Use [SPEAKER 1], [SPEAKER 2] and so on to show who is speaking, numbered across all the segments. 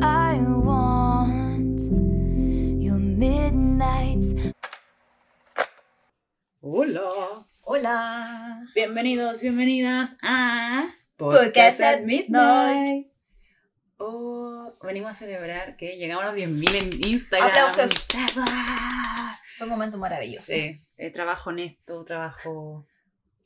[SPEAKER 1] I want your midnights.
[SPEAKER 2] Hola,
[SPEAKER 1] Hola.
[SPEAKER 2] bienvenidos, bienvenidas a
[SPEAKER 1] Podcast at Midnight.
[SPEAKER 2] Oh, venimos a celebrar que llegamos a los 10.000 en Instagram.
[SPEAKER 1] Aplausos. Fue un momento maravilloso.
[SPEAKER 2] Sí, eh, trabajo honesto, trabajo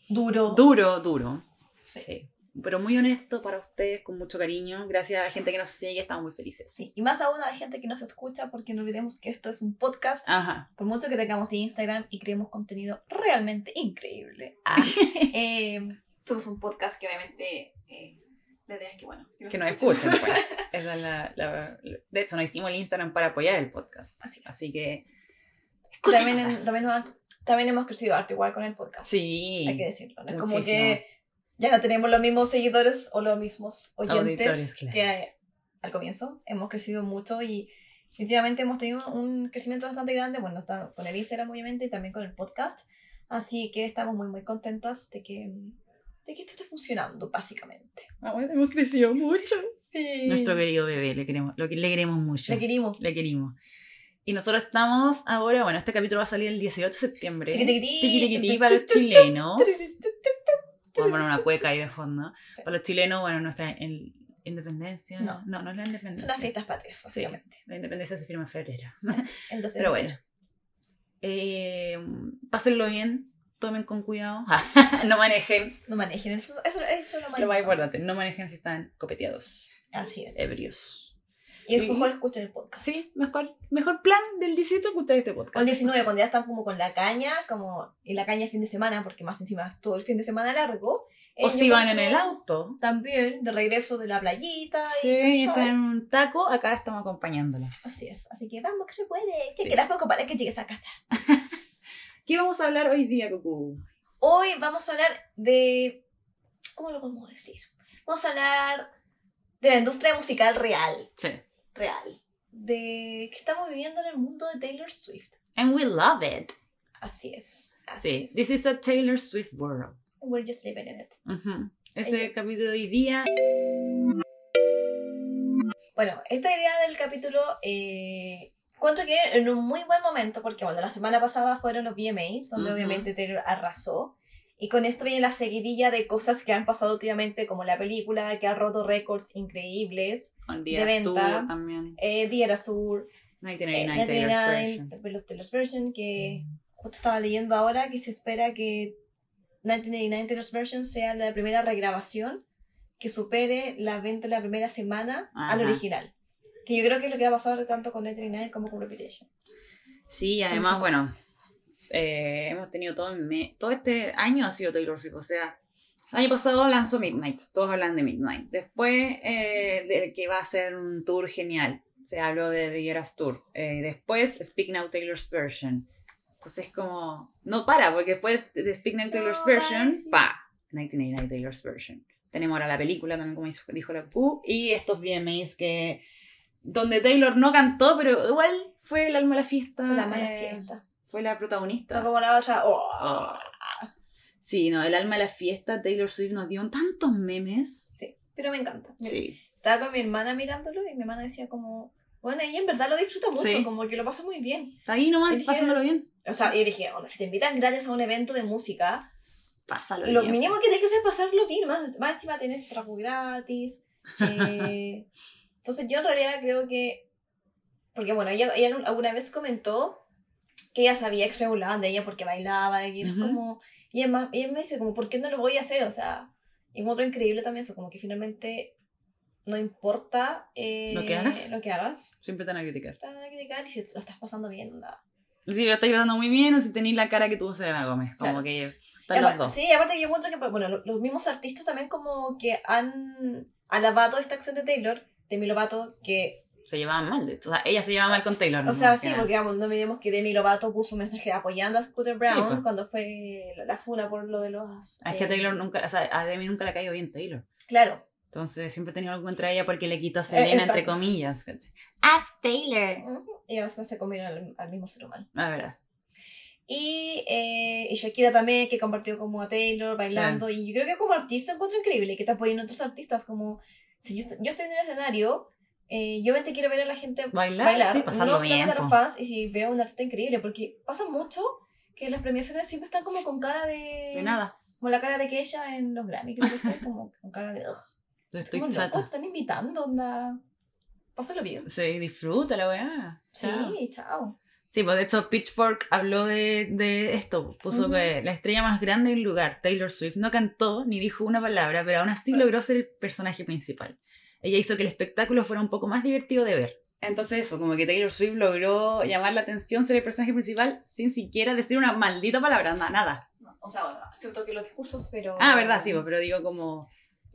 [SPEAKER 1] Duro.
[SPEAKER 2] duro, duro. Sí. Pero muy honesto para ustedes, con mucho cariño. Gracias a la gente que nos sigue, estamos muy felices.
[SPEAKER 1] Sí, Y más aún a la gente que nos escucha, porque no olvidemos que esto es un podcast.
[SPEAKER 2] Ajá.
[SPEAKER 1] Por mucho que tengamos Instagram y creemos contenido realmente increíble. Eh, somos un podcast que obviamente eh, la idea es que bueno.
[SPEAKER 2] Que nos escuchen. pues. Esa es la- la- de hecho, nos hicimos el Instagram para apoyar el podcast.
[SPEAKER 1] Así es.
[SPEAKER 2] Así que...
[SPEAKER 1] También,
[SPEAKER 2] escúchenos.
[SPEAKER 1] en- también, nos han- también hemos crecido harto igual con el podcast.
[SPEAKER 2] Sí.
[SPEAKER 1] Hay que decirlo. ¿no? Es como
[SPEAKER 2] Muchísimo.
[SPEAKER 1] que ya no tenemos los mismos seguidores o los mismos oyentes
[SPEAKER 2] Auditores, claro.
[SPEAKER 1] que al comienzo. Hemos crecido mucho y definitivamente hemos tenido un crecimiento bastante grande. Bueno, está con el Instagram obviamente y también con el podcast. Así que estamos muy, muy contentas de que, de que esto esté funcionando, básicamente.
[SPEAKER 2] Ah, bueno, hemos crecido mucho. Nuestro
[SPEAKER 1] le
[SPEAKER 2] querido bebé, le queremos, lo, que- le queremos mucho. Le,
[SPEAKER 1] queremos.
[SPEAKER 2] queremos. Y nosotros estamos ahora, bueno, este capítulo va a salir el 18 de septiembre.
[SPEAKER 1] Tiquitiquití,
[SPEAKER 2] Tiquitiquití
[SPEAKER 1] tu,
[SPEAKER 2] para
[SPEAKER 1] tu,
[SPEAKER 2] los chilenos. Vamos a
[SPEAKER 1] tu,
[SPEAKER 2] poner una cueca ahí de fondo.
[SPEAKER 1] Sí.
[SPEAKER 2] Para los chilenos, bueno, nuestra el- independencia.
[SPEAKER 1] No.
[SPEAKER 2] no, no es la
[SPEAKER 1] Son
[SPEAKER 2] independencia.
[SPEAKER 1] las fiestas patrias, básicamente.
[SPEAKER 2] La independencia se firma en febrero.
[SPEAKER 1] Entonces,
[SPEAKER 2] Pero bueno. Eh, pásenlo bien, tomen con cuidado. no manejen.
[SPEAKER 1] no manejen. Eso, eso, eso es lo más
[SPEAKER 2] Lo más
[SPEAKER 1] importante.
[SPEAKER 2] importante, no manejen si están copeteados,
[SPEAKER 1] Así es.
[SPEAKER 2] ebrios.
[SPEAKER 1] Y
[SPEAKER 2] Y-
[SPEAKER 1] después mejor escuchen el podcast.
[SPEAKER 2] Sí, mejor, mejor plan del 18 escuchar este
[SPEAKER 1] O el
[SPEAKER 2] podcast.
[SPEAKER 1] 19, cuando ya están como con la caña, como y la caña es fin de semana, porque más encima es todo el fin de semana largo.
[SPEAKER 2] O
[SPEAKER 1] Eh,
[SPEAKER 2] si
[SPEAKER 1] yo
[SPEAKER 2] van en
[SPEAKER 1] creo
[SPEAKER 2] el auto.
[SPEAKER 1] También, de regreso de la playita.
[SPEAKER 2] Sí,
[SPEAKER 1] y el
[SPEAKER 2] están
[SPEAKER 1] sol.
[SPEAKER 2] en un taco, acá estamos acompañándola.
[SPEAKER 1] Así es, así que vamos que se puede. Que
[SPEAKER 2] Sí.
[SPEAKER 1] quedas poco para que llegues a casa.
[SPEAKER 2] ¿Qué vamos a hablar hoy día, Cucu?
[SPEAKER 1] Hoy vamos a hablar de. ¿Cómo lo podemos decir? Vamos a hablar de la industria musical real.
[SPEAKER 2] Sí.
[SPEAKER 1] Real. De que estamos viviendo en el mundo de Taylor Swift.
[SPEAKER 2] And we love it.
[SPEAKER 1] Así es. Así
[SPEAKER 2] Sí,
[SPEAKER 1] es.
[SPEAKER 2] this is a Taylor Swift world.
[SPEAKER 1] We're just living in it.
[SPEAKER 2] Ujú. Ese
[SPEAKER 1] Ella.
[SPEAKER 2] capítulo de hoy día.
[SPEAKER 1] Bueno, esta idea del capítulo eh, encuentro que en un muy buen momento, porque bueno, la semana pasada fueron los VMAs, donde
[SPEAKER 2] Ujú.
[SPEAKER 1] obviamente Taylor arrasó. Y con esto viene la seguidilla de cosas que han pasado últimamente, como la película que ha roto récords increíbles,
[SPEAKER 2] On
[SPEAKER 1] De venta.
[SPEAKER 2] Tour también.
[SPEAKER 1] eh, The Eras Tour, eh,
[SPEAKER 2] 1999 Taylor's
[SPEAKER 1] 99,
[SPEAKER 2] version. Mm.
[SPEAKER 1] Taylor's, Taylor's Version, que justo estaba leyendo ahora que se espera que 1999 Taylor's Version sea la primera regrabación que supere la venta de la primera semana al
[SPEAKER 2] Ajá.
[SPEAKER 1] original. Que yo creo que es lo que va a pasar tanto con 1999 como con Reputation.
[SPEAKER 2] Sí,
[SPEAKER 1] Son
[SPEAKER 2] además,
[SPEAKER 1] sus
[SPEAKER 2] bueno, eh, hemos tenido todo, el me- todo este año ha sido Taylor Swift, o sea, el año pasado lanzó Midnight, todos hablan de Midnight. Después, eh, del que va a ser un tour genial, se habló de The Eras Tour. Eh, después, Speak Now Taylor's Version. Entonces, como, no para, porque después de Speak Now Taylor's
[SPEAKER 1] No,
[SPEAKER 2] Version,
[SPEAKER 1] para, sí.
[SPEAKER 2] pa, 1989 Taylor's Version. Tenemos ahora la película también, como hizo- dijo la Q, y estos VMAs que. Donde Taylor no cantó, pero igual fue el alma de la fiesta.
[SPEAKER 1] Fue la mala
[SPEAKER 2] eh,
[SPEAKER 1] fiesta.
[SPEAKER 2] fue la protagonista.
[SPEAKER 1] No como la otra. oh,
[SPEAKER 2] Oh. Sí, no, el alma de la fiesta, Taylor Swift nos dio tantos memes.
[SPEAKER 1] sí, pero me encanta.
[SPEAKER 2] Sí.
[SPEAKER 1] Estaba con mi hermana mirándolo y mi hermana decía como, bueno, ella en verdad lo disfruta mucho,
[SPEAKER 2] Sí.
[SPEAKER 1] como que lo pasa muy bien.
[SPEAKER 2] Está ahí nomás,
[SPEAKER 1] Elige-
[SPEAKER 2] pasándolo bien.
[SPEAKER 1] O sea, yo dije, onda, si te invitan gratis a un evento de música,
[SPEAKER 2] Pásalo
[SPEAKER 1] Lo mínimo que tienes que hacer es pasarlo bien, más, más encima tenés trago gratis. eh, entonces yo en realidad creo que, porque bueno, ella, ella alguna vez comentó que ella sabía que se burlaban de ella porque bailaba y era
[SPEAKER 2] Ujú.
[SPEAKER 1] como, y es más- y ella me dice como, ¿por qué no lo voy a hacer? O sea, y encuentro increíble también eso, como que finalmente no importa eh,
[SPEAKER 2] Lo que hagas.
[SPEAKER 1] lo que hagas,
[SPEAKER 2] Siempre te van a criticar.
[SPEAKER 1] te van a criticar y si lo estás pasando bien, onda.
[SPEAKER 2] Si lo estáis pasando muy bien o si tenéis la cara que tuvo Selena Gómez. Como
[SPEAKER 1] Claro.
[SPEAKER 2] que
[SPEAKER 1] Y
[SPEAKER 2] están
[SPEAKER 1] apar-
[SPEAKER 2] los dos.
[SPEAKER 1] Sí, aparte que yo encuentro que, bueno, lo- los mismos artistas también como que han alabado esta acción de Taylor, Demi Lovato, que,
[SPEAKER 2] Se llevaban mal, de hecho. O sea, ella se llevaba mal con Taylor.
[SPEAKER 1] o
[SPEAKER 2] ¿no?
[SPEAKER 1] sea,
[SPEAKER 2] Más
[SPEAKER 1] sí,
[SPEAKER 2] que nada.
[SPEAKER 1] porque vamos, no olvidemos que Demi Lovato puso un mensaje apoyando a Scooter Brown
[SPEAKER 2] pues. Ah,
[SPEAKER 1] cuando fue la- la funa por lo de los...
[SPEAKER 2] Es que a
[SPEAKER 1] eh,
[SPEAKER 2] Taylor nunca, o sea, a Demi nunca le ha caído bien Taylor.
[SPEAKER 1] Claro.
[SPEAKER 2] Entonces siempre tenía algo contra ella porque le quitó a Selena,
[SPEAKER 1] Eh,
[SPEAKER 2] entre
[SPEAKER 1] exacto.
[SPEAKER 2] comillas. ¿cachai? As Taylor.
[SPEAKER 1] Y además se comieron al, al mismo ser humano.
[SPEAKER 2] La verdad.
[SPEAKER 1] Y, eh, y Shakira también, que compartió como a Taylor bailando. Y yo creo que como artista encuentro increíble que te apoyen otros artistas. Como si yo, yo estoy en el escenario eh, yo te quiero ver a la gente
[SPEAKER 2] Bailar, sí, pasarlo
[SPEAKER 1] no solamente
[SPEAKER 2] bien,
[SPEAKER 1] a los
[SPEAKER 2] po.
[SPEAKER 1] fans, y si veo un artista increíble, porque pasa mucho que las premiaciones siempre están como con cara de...
[SPEAKER 2] De nada.
[SPEAKER 1] Como la cara de que ella en los Grammy, creo que fue, como con cara de... "Ugh".
[SPEAKER 2] Lo
[SPEAKER 1] Es
[SPEAKER 2] estoy
[SPEAKER 1] como, loco,
[SPEAKER 2] chata.
[SPEAKER 1] están invitando, onda. Pásalo bien.
[SPEAKER 2] Sí, disfruta la weá. Chao.
[SPEAKER 1] Sí, chao.
[SPEAKER 2] Sí, pues de hecho Pitchfork habló de, de esto, pues, puso
[SPEAKER 1] Ujú.
[SPEAKER 2] que la estrella más grande del lugar, Taylor Swift, no cantó ni dijo una palabra, pero aún así logró ser el personaje principal. Ella hizo que el espectáculo fuera un poco más divertido de ver. Entonces eso, como que Taylor Swift logró llamar la atención, ser el personaje principal, sin siquiera decir una maldita palabra, na- nada.
[SPEAKER 1] O sea, bueno, acepto que los discursos, pero.
[SPEAKER 2] Ah, verdad, sí, pues, pero digo como...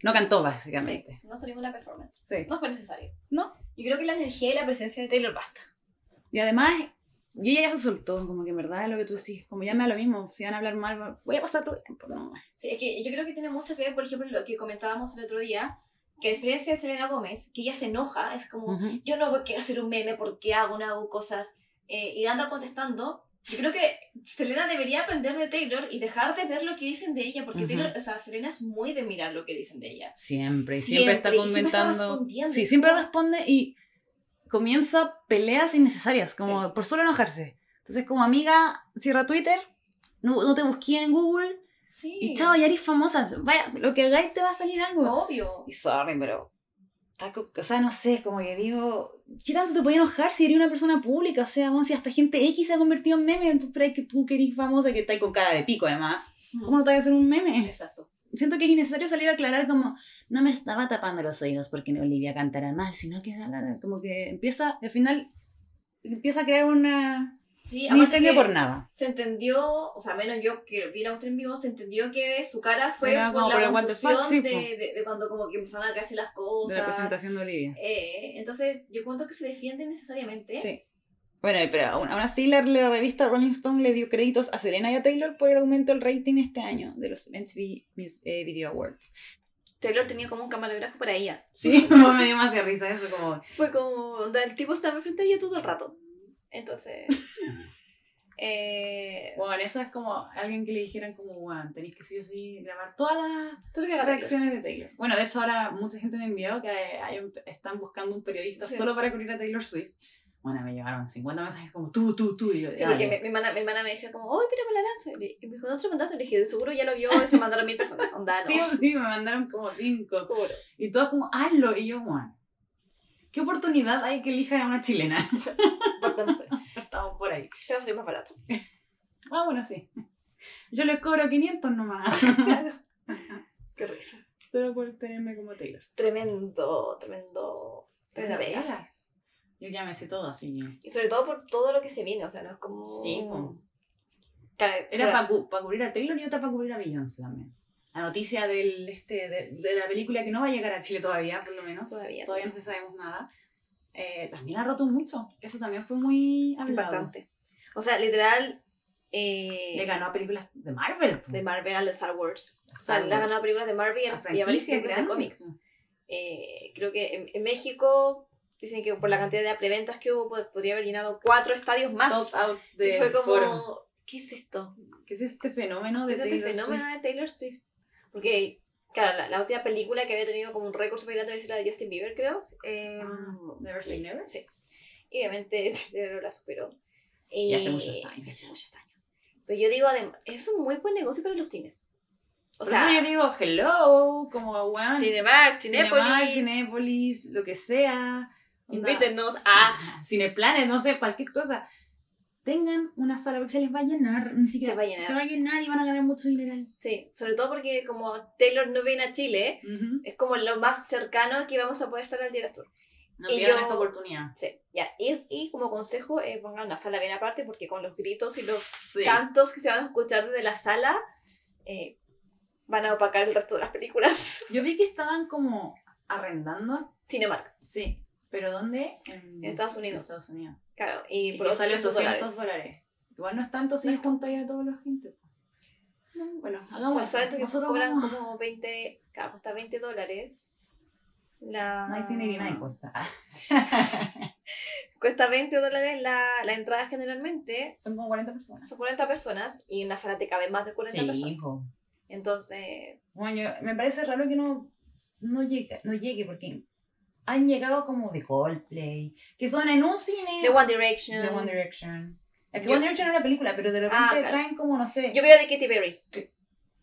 [SPEAKER 2] No cantó, básicamente.
[SPEAKER 1] Sí, no hizo ninguna performance.
[SPEAKER 2] Sí.
[SPEAKER 1] No fue necesario.
[SPEAKER 2] No.
[SPEAKER 1] Yo creo que la energía y la presencia de Taylor basta.
[SPEAKER 2] Y además, y ella ya se soltó, como que en verdad es lo que tú decís, como ya me da lo mismo, si van a hablar mal, voy a pasarlo bien, pues, no.
[SPEAKER 1] Sí, es que yo creo que tiene mucho que ver, por ejemplo, lo que comentábamos el otro día, que a diferencia de Selena Gómez, que ella se enoja, es como,
[SPEAKER 2] Ujú.
[SPEAKER 1] yo no quiero hacer un meme porque hago, no hago cosas, eh, y anda contestando. Yo creo que Selena debería aprender de Taylor y dejar de ver lo que dicen de ella, porque
[SPEAKER 2] Ujú.
[SPEAKER 1] Taylor, o sea, Selena es muy de mirar lo que dicen de ella.
[SPEAKER 2] Siempre, y
[SPEAKER 1] Siempre,
[SPEAKER 2] siempre,
[SPEAKER 1] y
[SPEAKER 2] está
[SPEAKER 1] siempre está
[SPEAKER 2] comentando.
[SPEAKER 1] respondiendo.
[SPEAKER 2] sí, siempre responde y comienza peleas innecesarias, como por solo enojarse. Entonces, como amiga, cierra Twitter, no, no te busqué en Google
[SPEAKER 1] Sí.
[SPEAKER 2] y chao, ya eres famosa. Vaya, lo que hagáis te va a salir algo.
[SPEAKER 1] Obvio.
[SPEAKER 2] Y sorry, pero. está co- O sea, no sé, como que digo, ¿qué tanto te puede enojar si eres una persona pública? O sea, bueno, si hasta gente X se ha convertido en meme, tú crees que tú que eres famosa, que estás con cara de pico además. ¿Cómo no te vas a hacer un meme?
[SPEAKER 1] Exacto.
[SPEAKER 2] siento que es innecesario salir a aclarar como no me estaba tapando los oídos porque Olivia cantara mal, sino que habla- como que empieza, al final empieza a crear una
[SPEAKER 1] Sí,
[SPEAKER 2] un
[SPEAKER 1] aparte
[SPEAKER 2] incendio
[SPEAKER 1] que
[SPEAKER 2] por nada.
[SPEAKER 1] se entendió, o sea, menos yo que vi la otra en vivo, se entendió que su cara fue
[SPEAKER 2] Era
[SPEAKER 1] por
[SPEAKER 2] como
[SPEAKER 1] la
[SPEAKER 2] por el what the
[SPEAKER 1] confusión
[SPEAKER 2] fuck, sí,
[SPEAKER 1] de,
[SPEAKER 2] po.
[SPEAKER 1] de- de cuando como que empezaron a caerse las
[SPEAKER 2] de la
[SPEAKER 1] cosas.
[SPEAKER 2] presentación de Olivia.
[SPEAKER 1] Eh, entonces, yo cuento que se defiende necesariamente.
[SPEAKER 2] Sí. Bueno, pero aún, aún así la, la revista Rolling Stone le dio créditos a Serena y a Taylor por el aumento del rating este año de los MTV Mus- eh, Video Awards.
[SPEAKER 1] Taylor tenía como un camarógrafo para ella.
[SPEAKER 2] Sí, no me dio más de risa eso, como...
[SPEAKER 1] Fue como, onda, el tipo estaba frente a ella todo el rato. Entonces... eh,
[SPEAKER 2] Bueno, eso es como alguien que le dijeran como, bueno, tenéis que sí o sí grabar todas las
[SPEAKER 1] tú que
[SPEAKER 2] las
[SPEAKER 1] era Taylor.
[SPEAKER 2] reacciones de Taylor. Bueno, de hecho ahora mucha gente me ha enviado que hay un- están buscando un periodista
[SPEAKER 1] Sí.
[SPEAKER 2] solo para cubrir a Taylor Swift. Bueno, me llegaron 50 mensajes como tú, tú, tú. Y yo,
[SPEAKER 1] Sí,
[SPEAKER 2] ya,
[SPEAKER 1] porque
[SPEAKER 2] Ah, ya.
[SPEAKER 1] mi, mi hermana, mi hermana me decía como, ¡Uy, mira, me la lanzo! Y le- Y me dijo, ¿no se lo mandaste? Le dije, de seguro ya lo vio, se mandaron mil personas. Onda, no.
[SPEAKER 2] Sí, sí, me mandaron como cinco.
[SPEAKER 1] Seguro.
[SPEAKER 2] Y todos como, hazlo. Y yo, bueno, ¿qué oportunidad hay que elija a una chilena?
[SPEAKER 1] Partamos por ahí.
[SPEAKER 2] Estamos por ahí.
[SPEAKER 1] Te va a salir más barato.
[SPEAKER 2] Ah, bueno, sí. Yo les cobro 500 nomás.
[SPEAKER 1] Qué risa.
[SPEAKER 2] Solo por tenerme como Taylor.
[SPEAKER 1] Tremendo, tremendo. Tremenda pega.
[SPEAKER 2] gala. Yo ya me sé todo, así que...
[SPEAKER 1] Y sobre todo por todo lo que se viene, o sea, no es como.
[SPEAKER 2] Sí, po.
[SPEAKER 1] Claro,
[SPEAKER 2] Era
[SPEAKER 1] sobre-
[SPEAKER 2] para cubrir a Taylor y otra para cubrir a Beyoncé también. La noticia del, este, de, de la película que no va a llegar a Chile todavía, por lo menos.
[SPEAKER 1] Todavía, sí.
[SPEAKER 2] no se sabemos nada. Eh, también ha roto mucho. Eso también fue muy hablado.
[SPEAKER 1] impactante. O sea, literal. eh,
[SPEAKER 2] Le ganó a películas de Marvel. po.
[SPEAKER 1] de Marvel a la Star Wars.
[SPEAKER 2] Mm. Star
[SPEAKER 1] O sea, le ha
[SPEAKER 2] Wars.
[SPEAKER 1] ganado a películas de Marvel y a,
[SPEAKER 2] A
[SPEAKER 1] y a varias
[SPEAKER 2] franquicias
[SPEAKER 1] películas de
[SPEAKER 2] grandes.
[SPEAKER 1] cómics. Eh, creo que en, en México dicen que por la cantidad de preventas que hubo pod- podría haber llenado cuatro estadios más.
[SPEAKER 2] Sold outs
[SPEAKER 1] y
[SPEAKER 2] de
[SPEAKER 1] fue como,
[SPEAKER 2] foro.
[SPEAKER 1] ¿qué es esto?
[SPEAKER 2] ¿Qué es este fenómeno de
[SPEAKER 1] Ese es el
[SPEAKER 2] Taylor
[SPEAKER 1] fenómeno de Taylor Swift. Porque, claro, la, la última película que había tenido como un récord super grande había sido la de Justin Bieber, creo. Eh,
[SPEAKER 2] Ah, Never Say
[SPEAKER 1] y-
[SPEAKER 2] Never.
[SPEAKER 1] Sí. Y obviamente Taylor la superó.
[SPEAKER 2] Y
[SPEAKER 1] Eh,
[SPEAKER 2] hace muchos años.
[SPEAKER 1] Hace muchos años. Pero yo digo, además, es un muy buen negocio para los cines. O
[SPEAKER 2] Por
[SPEAKER 1] sea,
[SPEAKER 2] eso yo digo, hello, como
[SPEAKER 1] Ah.
[SPEAKER 2] one.
[SPEAKER 1] Cinemark, Cinépolis,
[SPEAKER 2] Cinépolis, lo que sea. Onda-
[SPEAKER 1] invítenos a...
[SPEAKER 2] Ah. Cineplanes, no sé, cualquier cosa. Tengan una sala porque se les va a llenar, ni siquiera
[SPEAKER 1] Se va a llenar.
[SPEAKER 2] Se va a llenar y van a ganar mucho dinero.
[SPEAKER 1] Sí, sobre todo porque como Taylor no viene a Chile, es como lo más cercano que vamos a poder estar al día sur.
[SPEAKER 2] No
[SPEAKER 1] Y
[SPEAKER 2] pierdan
[SPEAKER 1] yo-
[SPEAKER 2] esa oportunidad.
[SPEAKER 1] Sí, ya. Y, y como consejo, eh, pongan una sala bien aparte porque con los gritos y los
[SPEAKER 2] Oh, Sí.
[SPEAKER 1] cantos que se van a escuchar desde la sala eh, van a opacar el resto de las películas.
[SPEAKER 2] Yo vi que estaban como arrendando,
[SPEAKER 1] Cinemark,
[SPEAKER 2] sí, pero ¿dónde? En,
[SPEAKER 1] En Estados Unidos.
[SPEAKER 2] En Estados Unidos.
[SPEAKER 1] claro. Y
[SPEAKER 2] Y
[SPEAKER 1] por
[SPEAKER 2] que sale
[SPEAKER 1] 800 dólares.
[SPEAKER 2] 800 dólares. Igual no es tanto si
[SPEAKER 1] No
[SPEAKER 2] es
[SPEAKER 1] es
[SPEAKER 2] pantalla de toda la gente. Ah, Bueno, hagamos
[SPEAKER 1] Mm, O sea, ¿sabes
[SPEAKER 2] eso.
[SPEAKER 1] tú que
[SPEAKER 2] Nosotros
[SPEAKER 1] cobran
[SPEAKER 2] vamos-
[SPEAKER 1] como 20, claro, cuesta 20 dólares. La...
[SPEAKER 2] 1999 cuesta. Ah,
[SPEAKER 1] Cuesta 20 dólares la, la entrada generalmente.
[SPEAKER 2] Son como 40 personas.
[SPEAKER 1] Son 40 personas y en la sala te caben más de 40 personas.
[SPEAKER 2] hijo.
[SPEAKER 1] Entonces,
[SPEAKER 2] Bueno, yo- me parece raro que no, no, llegue, no llegue, porque han llegado como de Coldplay, que son en un cine
[SPEAKER 1] Eh, The One Direction.
[SPEAKER 2] de One Direction. Es que
[SPEAKER 1] Yo-
[SPEAKER 2] One Direction era una película, pero de repente
[SPEAKER 1] Ah, claro.
[SPEAKER 2] traen como, no sé,
[SPEAKER 1] Yo creo de Katy Perry.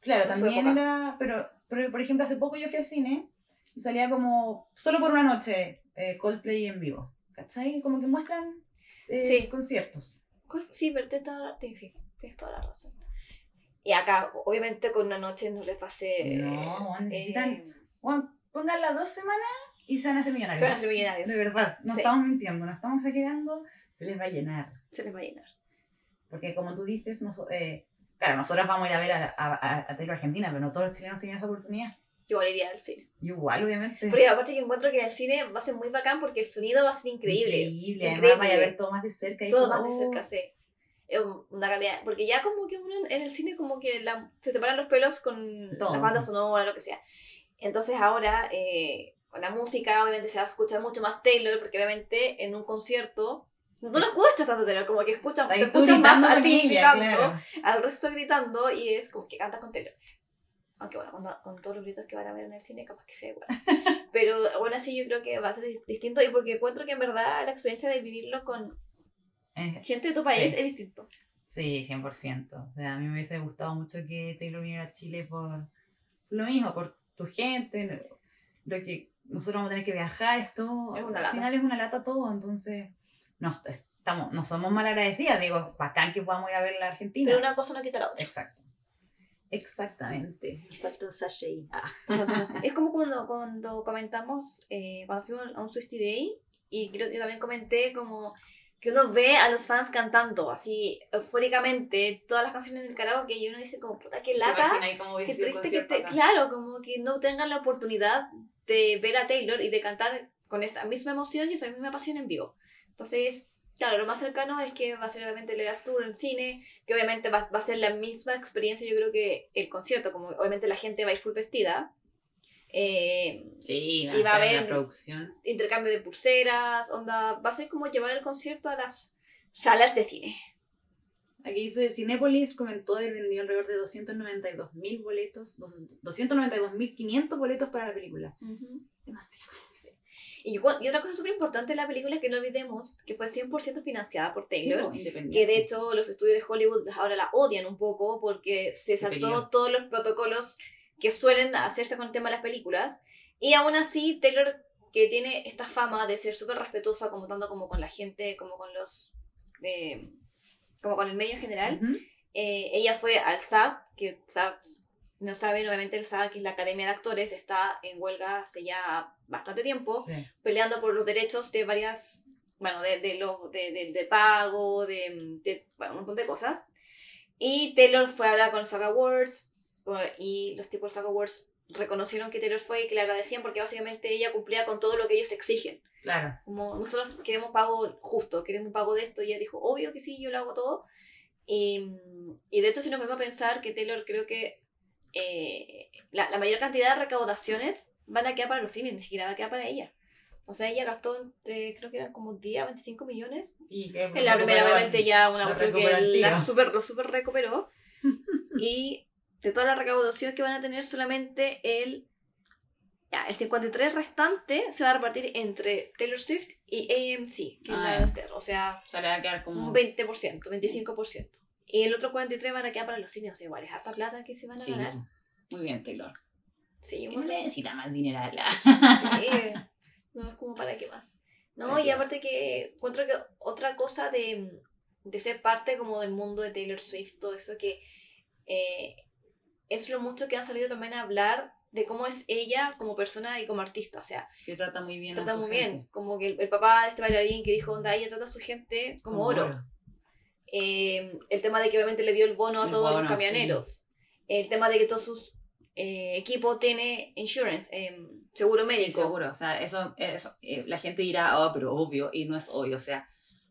[SPEAKER 2] Claro,
[SPEAKER 1] en su
[SPEAKER 2] también
[SPEAKER 1] época.
[SPEAKER 2] era. Pero, pero, por ejemplo, hace poco yo fui al cine y salía como solo por una noche eh, Coldplay en vivo. ¿Cachai? Como que muestran eh,
[SPEAKER 1] Sí.
[SPEAKER 2] conciertos.
[SPEAKER 1] ¿Cuál? Sí, pero tienes toda la, sí, sí, tienes toda la razón. Y acá, obviamente, con una noche no les va a hacer.
[SPEAKER 2] No,
[SPEAKER 1] eh,
[SPEAKER 2] necesitan-
[SPEAKER 1] eh,
[SPEAKER 2] Juan, pónganla dos semanas y se van a hacer millonarios.
[SPEAKER 1] se van a hacer millonarios.
[SPEAKER 2] De verdad, no
[SPEAKER 1] Sí.
[SPEAKER 2] estamos mintiendo, no estamos exagerando, se les va a llenar.
[SPEAKER 1] Se les va a llenar.
[SPEAKER 2] Porque como tú dices, noso- eh, claro, nosotras vamos a ir a ver a, a, a- a Taylor Argentina, pero no todos los chilenos tienen esa oportunidad.
[SPEAKER 1] Yo igual iría al cine.
[SPEAKER 2] Y igual, obviamente.
[SPEAKER 1] Porque aparte que encuentro que en el cine va a ser muy bacán porque el sonido va a ser increíble.
[SPEAKER 2] Increíble, además
[SPEAKER 1] increíble.
[SPEAKER 2] vaya a ver todo más de cerca. y
[SPEAKER 1] todo
[SPEAKER 2] como,
[SPEAKER 1] más de
[SPEAKER 2] oh,
[SPEAKER 1] cerca, sí. Es una calidad. Porque ya como que uno en el cine como que la- se te paran los pelos con
[SPEAKER 2] Todo.
[SPEAKER 1] las bandas sonoras, lo que sea. Entonces ahora eh, con la música obviamente se va a escuchar mucho más Taylor porque obviamente en un concierto no lo escuchas tanto Taylor, como que escuchas, te
[SPEAKER 2] ahí tú
[SPEAKER 1] escuchas más
[SPEAKER 2] gritando
[SPEAKER 1] a
[SPEAKER 2] con
[SPEAKER 1] ti
[SPEAKER 2] ella,
[SPEAKER 1] gritando,
[SPEAKER 2] claro.
[SPEAKER 1] al resto gritando y es como que cantas con Taylor. Aunque bueno, con, con todos los gritos que van a ver en el cine capaz que sea igual. Pero aún así yo creo que va a ser dis- distinto y porque encuentro que en verdad la experiencia de vivirlo con
[SPEAKER 2] Eh,
[SPEAKER 1] gente de tu país
[SPEAKER 2] Sí.
[SPEAKER 1] es distinto.
[SPEAKER 2] Sí, 100%. O sea, a mí me hubiese gustado mucho que Taylor viniera a Chile por lo mismo, por tu gente, lo que nosotros vamos a tener que viajar, esto.
[SPEAKER 1] Es una
[SPEAKER 2] al
[SPEAKER 1] lata.
[SPEAKER 2] final es una lata todo, entonces no, estamos, no somos mal agradecidas. Digo, bacán que podamos ir a ver la Argentina.
[SPEAKER 1] Pero una cosa no quita la otra.
[SPEAKER 2] Exacto. Exactamente.
[SPEAKER 1] Falta un sachet. es como cuando, cuando comentamos, eh, cuando fuimos a un Swifty Day, y creo que también comenté como que uno ve a los fans cantando así eufóricamente todas las canciones en el karaoke y uno dice como puta que lata.
[SPEAKER 2] Imagina ahí cómo hubiese
[SPEAKER 1] Qué
[SPEAKER 2] sido el
[SPEAKER 1] triste que
[SPEAKER 2] concierto
[SPEAKER 1] te,
[SPEAKER 2] acá.
[SPEAKER 1] claro, como que no tengan la oportunidad de ver a Taylor y de cantar con esa misma emoción y esa misma pasión en vivo. Entonces, claro, lo más cercano es que va a ser obviamente el Eras Tour en cine, que obviamente va, va a ser la misma experiencia, yo creo que el concierto, como obviamente la gente va a ir full vestida. eh,
[SPEAKER 2] Sí,
[SPEAKER 1] Y va a
[SPEAKER 2] estar en la
[SPEAKER 1] haber-
[SPEAKER 2] producción.
[SPEAKER 1] intercambio de pulseras, onda, va a ser como llevar el concierto a las salas de cine.
[SPEAKER 2] Aquí dice, Cinépolis comentó haber vendido alrededor de 292.000 boletos, 292.500 boletos para la película. Demasiado.
[SPEAKER 1] Y, cu- y otra cosa súper importante de la película es que no olvidemos que fue 100% financiada por Taylor.
[SPEAKER 2] independiente.
[SPEAKER 1] que de hecho los estudios de Hollywood ahora la odian un poco porque se saltó
[SPEAKER 2] peligro.
[SPEAKER 1] todos los protocolos que suelen hacerse con el tema de las películas. Y aún así, Taylor, que tiene esta fama de ser súper respetuosa, como tanto como con la gente, como con los... eh, como con el medio en general,
[SPEAKER 2] Ujú.
[SPEAKER 1] eh, ella fue al SAG, que SAG, no saben, obviamente el SAG, que es la Academia de Actores, está en huelga hace ya bastante tiempo,
[SPEAKER 2] Sí.
[SPEAKER 1] peleando por los derechos de varias, bueno, de, de los, de, de- de pago, de, de, bueno, un montón de cosas. Y Taylor fue a hablar con Saga Awards eh, y los tipos de Saga Awards reconocieron que Taylor fue y que le agradecían porque básicamente ella cumplía con todo lo que ellos exigen.
[SPEAKER 2] Claro.
[SPEAKER 1] Como nosotros queremos pago justo, queremos un pago de esto y ella dijo, obvio que sí, yo lo hago todo. Y, y de hecho si nos vemos a pensar que Taylor creo que eh, la, la mayor cantidad de recaudaciones van a quedar para los cines, ni siquiera va a quedar para ella. O sea, ella gastó entre, creo que eran como 10 a 25 millones.
[SPEAKER 2] Y que
[SPEAKER 1] En la primera obviamente ya una
[SPEAKER 2] la
[SPEAKER 1] cuestión que
[SPEAKER 2] recupera el
[SPEAKER 1] la
[SPEAKER 2] tiro.
[SPEAKER 1] super, lo super recuperó. y de toda la recaudación que van a tener solamente el... Ya, el 53 restante se va a repartir entre Taylor Swift y AMC, que es la
[SPEAKER 2] Ah,
[SPEAKER 1] de
[SPEAKER 2] ya.
[SPEAKER 1] Esther. O sea,
[SPEAKER 2] O sea, le va a quedar como...
[SPEAKER 1] un 20%, 25%. Y el otro 43 van a quedar para los cines, o sea, igual es harta plata que se van a
[SPEAKER 2] Sí.
[SPEAKER 1] ganar.
[SPEAKER 2] Muy bien, Taylor.
[SPEAKER 1] Sí,
[SPEAKER 2] Que
[SPEAKER 1] un
[SPEAKER 2] no
[SPEAKER 1] montón.
[SPEAKER 2] necesita más dineral.
[SPEAKER 1] Sí. No es como para qué más. No,
[SPEAKER 2] Para
[SPEAKER 1] y
[SPEAKER 2] qué.
[SPEAKER 1] aparte que encuentro que otra cosa de, de ser parte como del mundo de Taylor Swift, todo eso que eh, es lo mucho que han salido también a hablar de cómo es ella como persona y como artista. O sea,
[SPEAKER 2] Que trata muy bien a
[SPEAKER 1] trata
[SPEAKER 2] su
[SPEAKER 1] muy
[SPEAKER 2] gente.
[SPEAKER 1] bien. Como que el, el papá de este bailarín que dijo, onda, ella trata a su gente como, oro. Eh, el tema de que obviamente le dio el bono a
[SPEAKER 2] El
[SPEAKER 1] todos los
[SPEAKER 2] bono,
[SPEAKER 1] camioneros. El tema de que todos sus eh, equipos tiene insurance, em, seguro
[SPEAKER 2] Sí,
[SPEAKER 1] médico.
[SPEAKER 2] seguro. O sea, eso, eso eh, la gente dirá, ah, pero obvio, y no es obvio. O sea,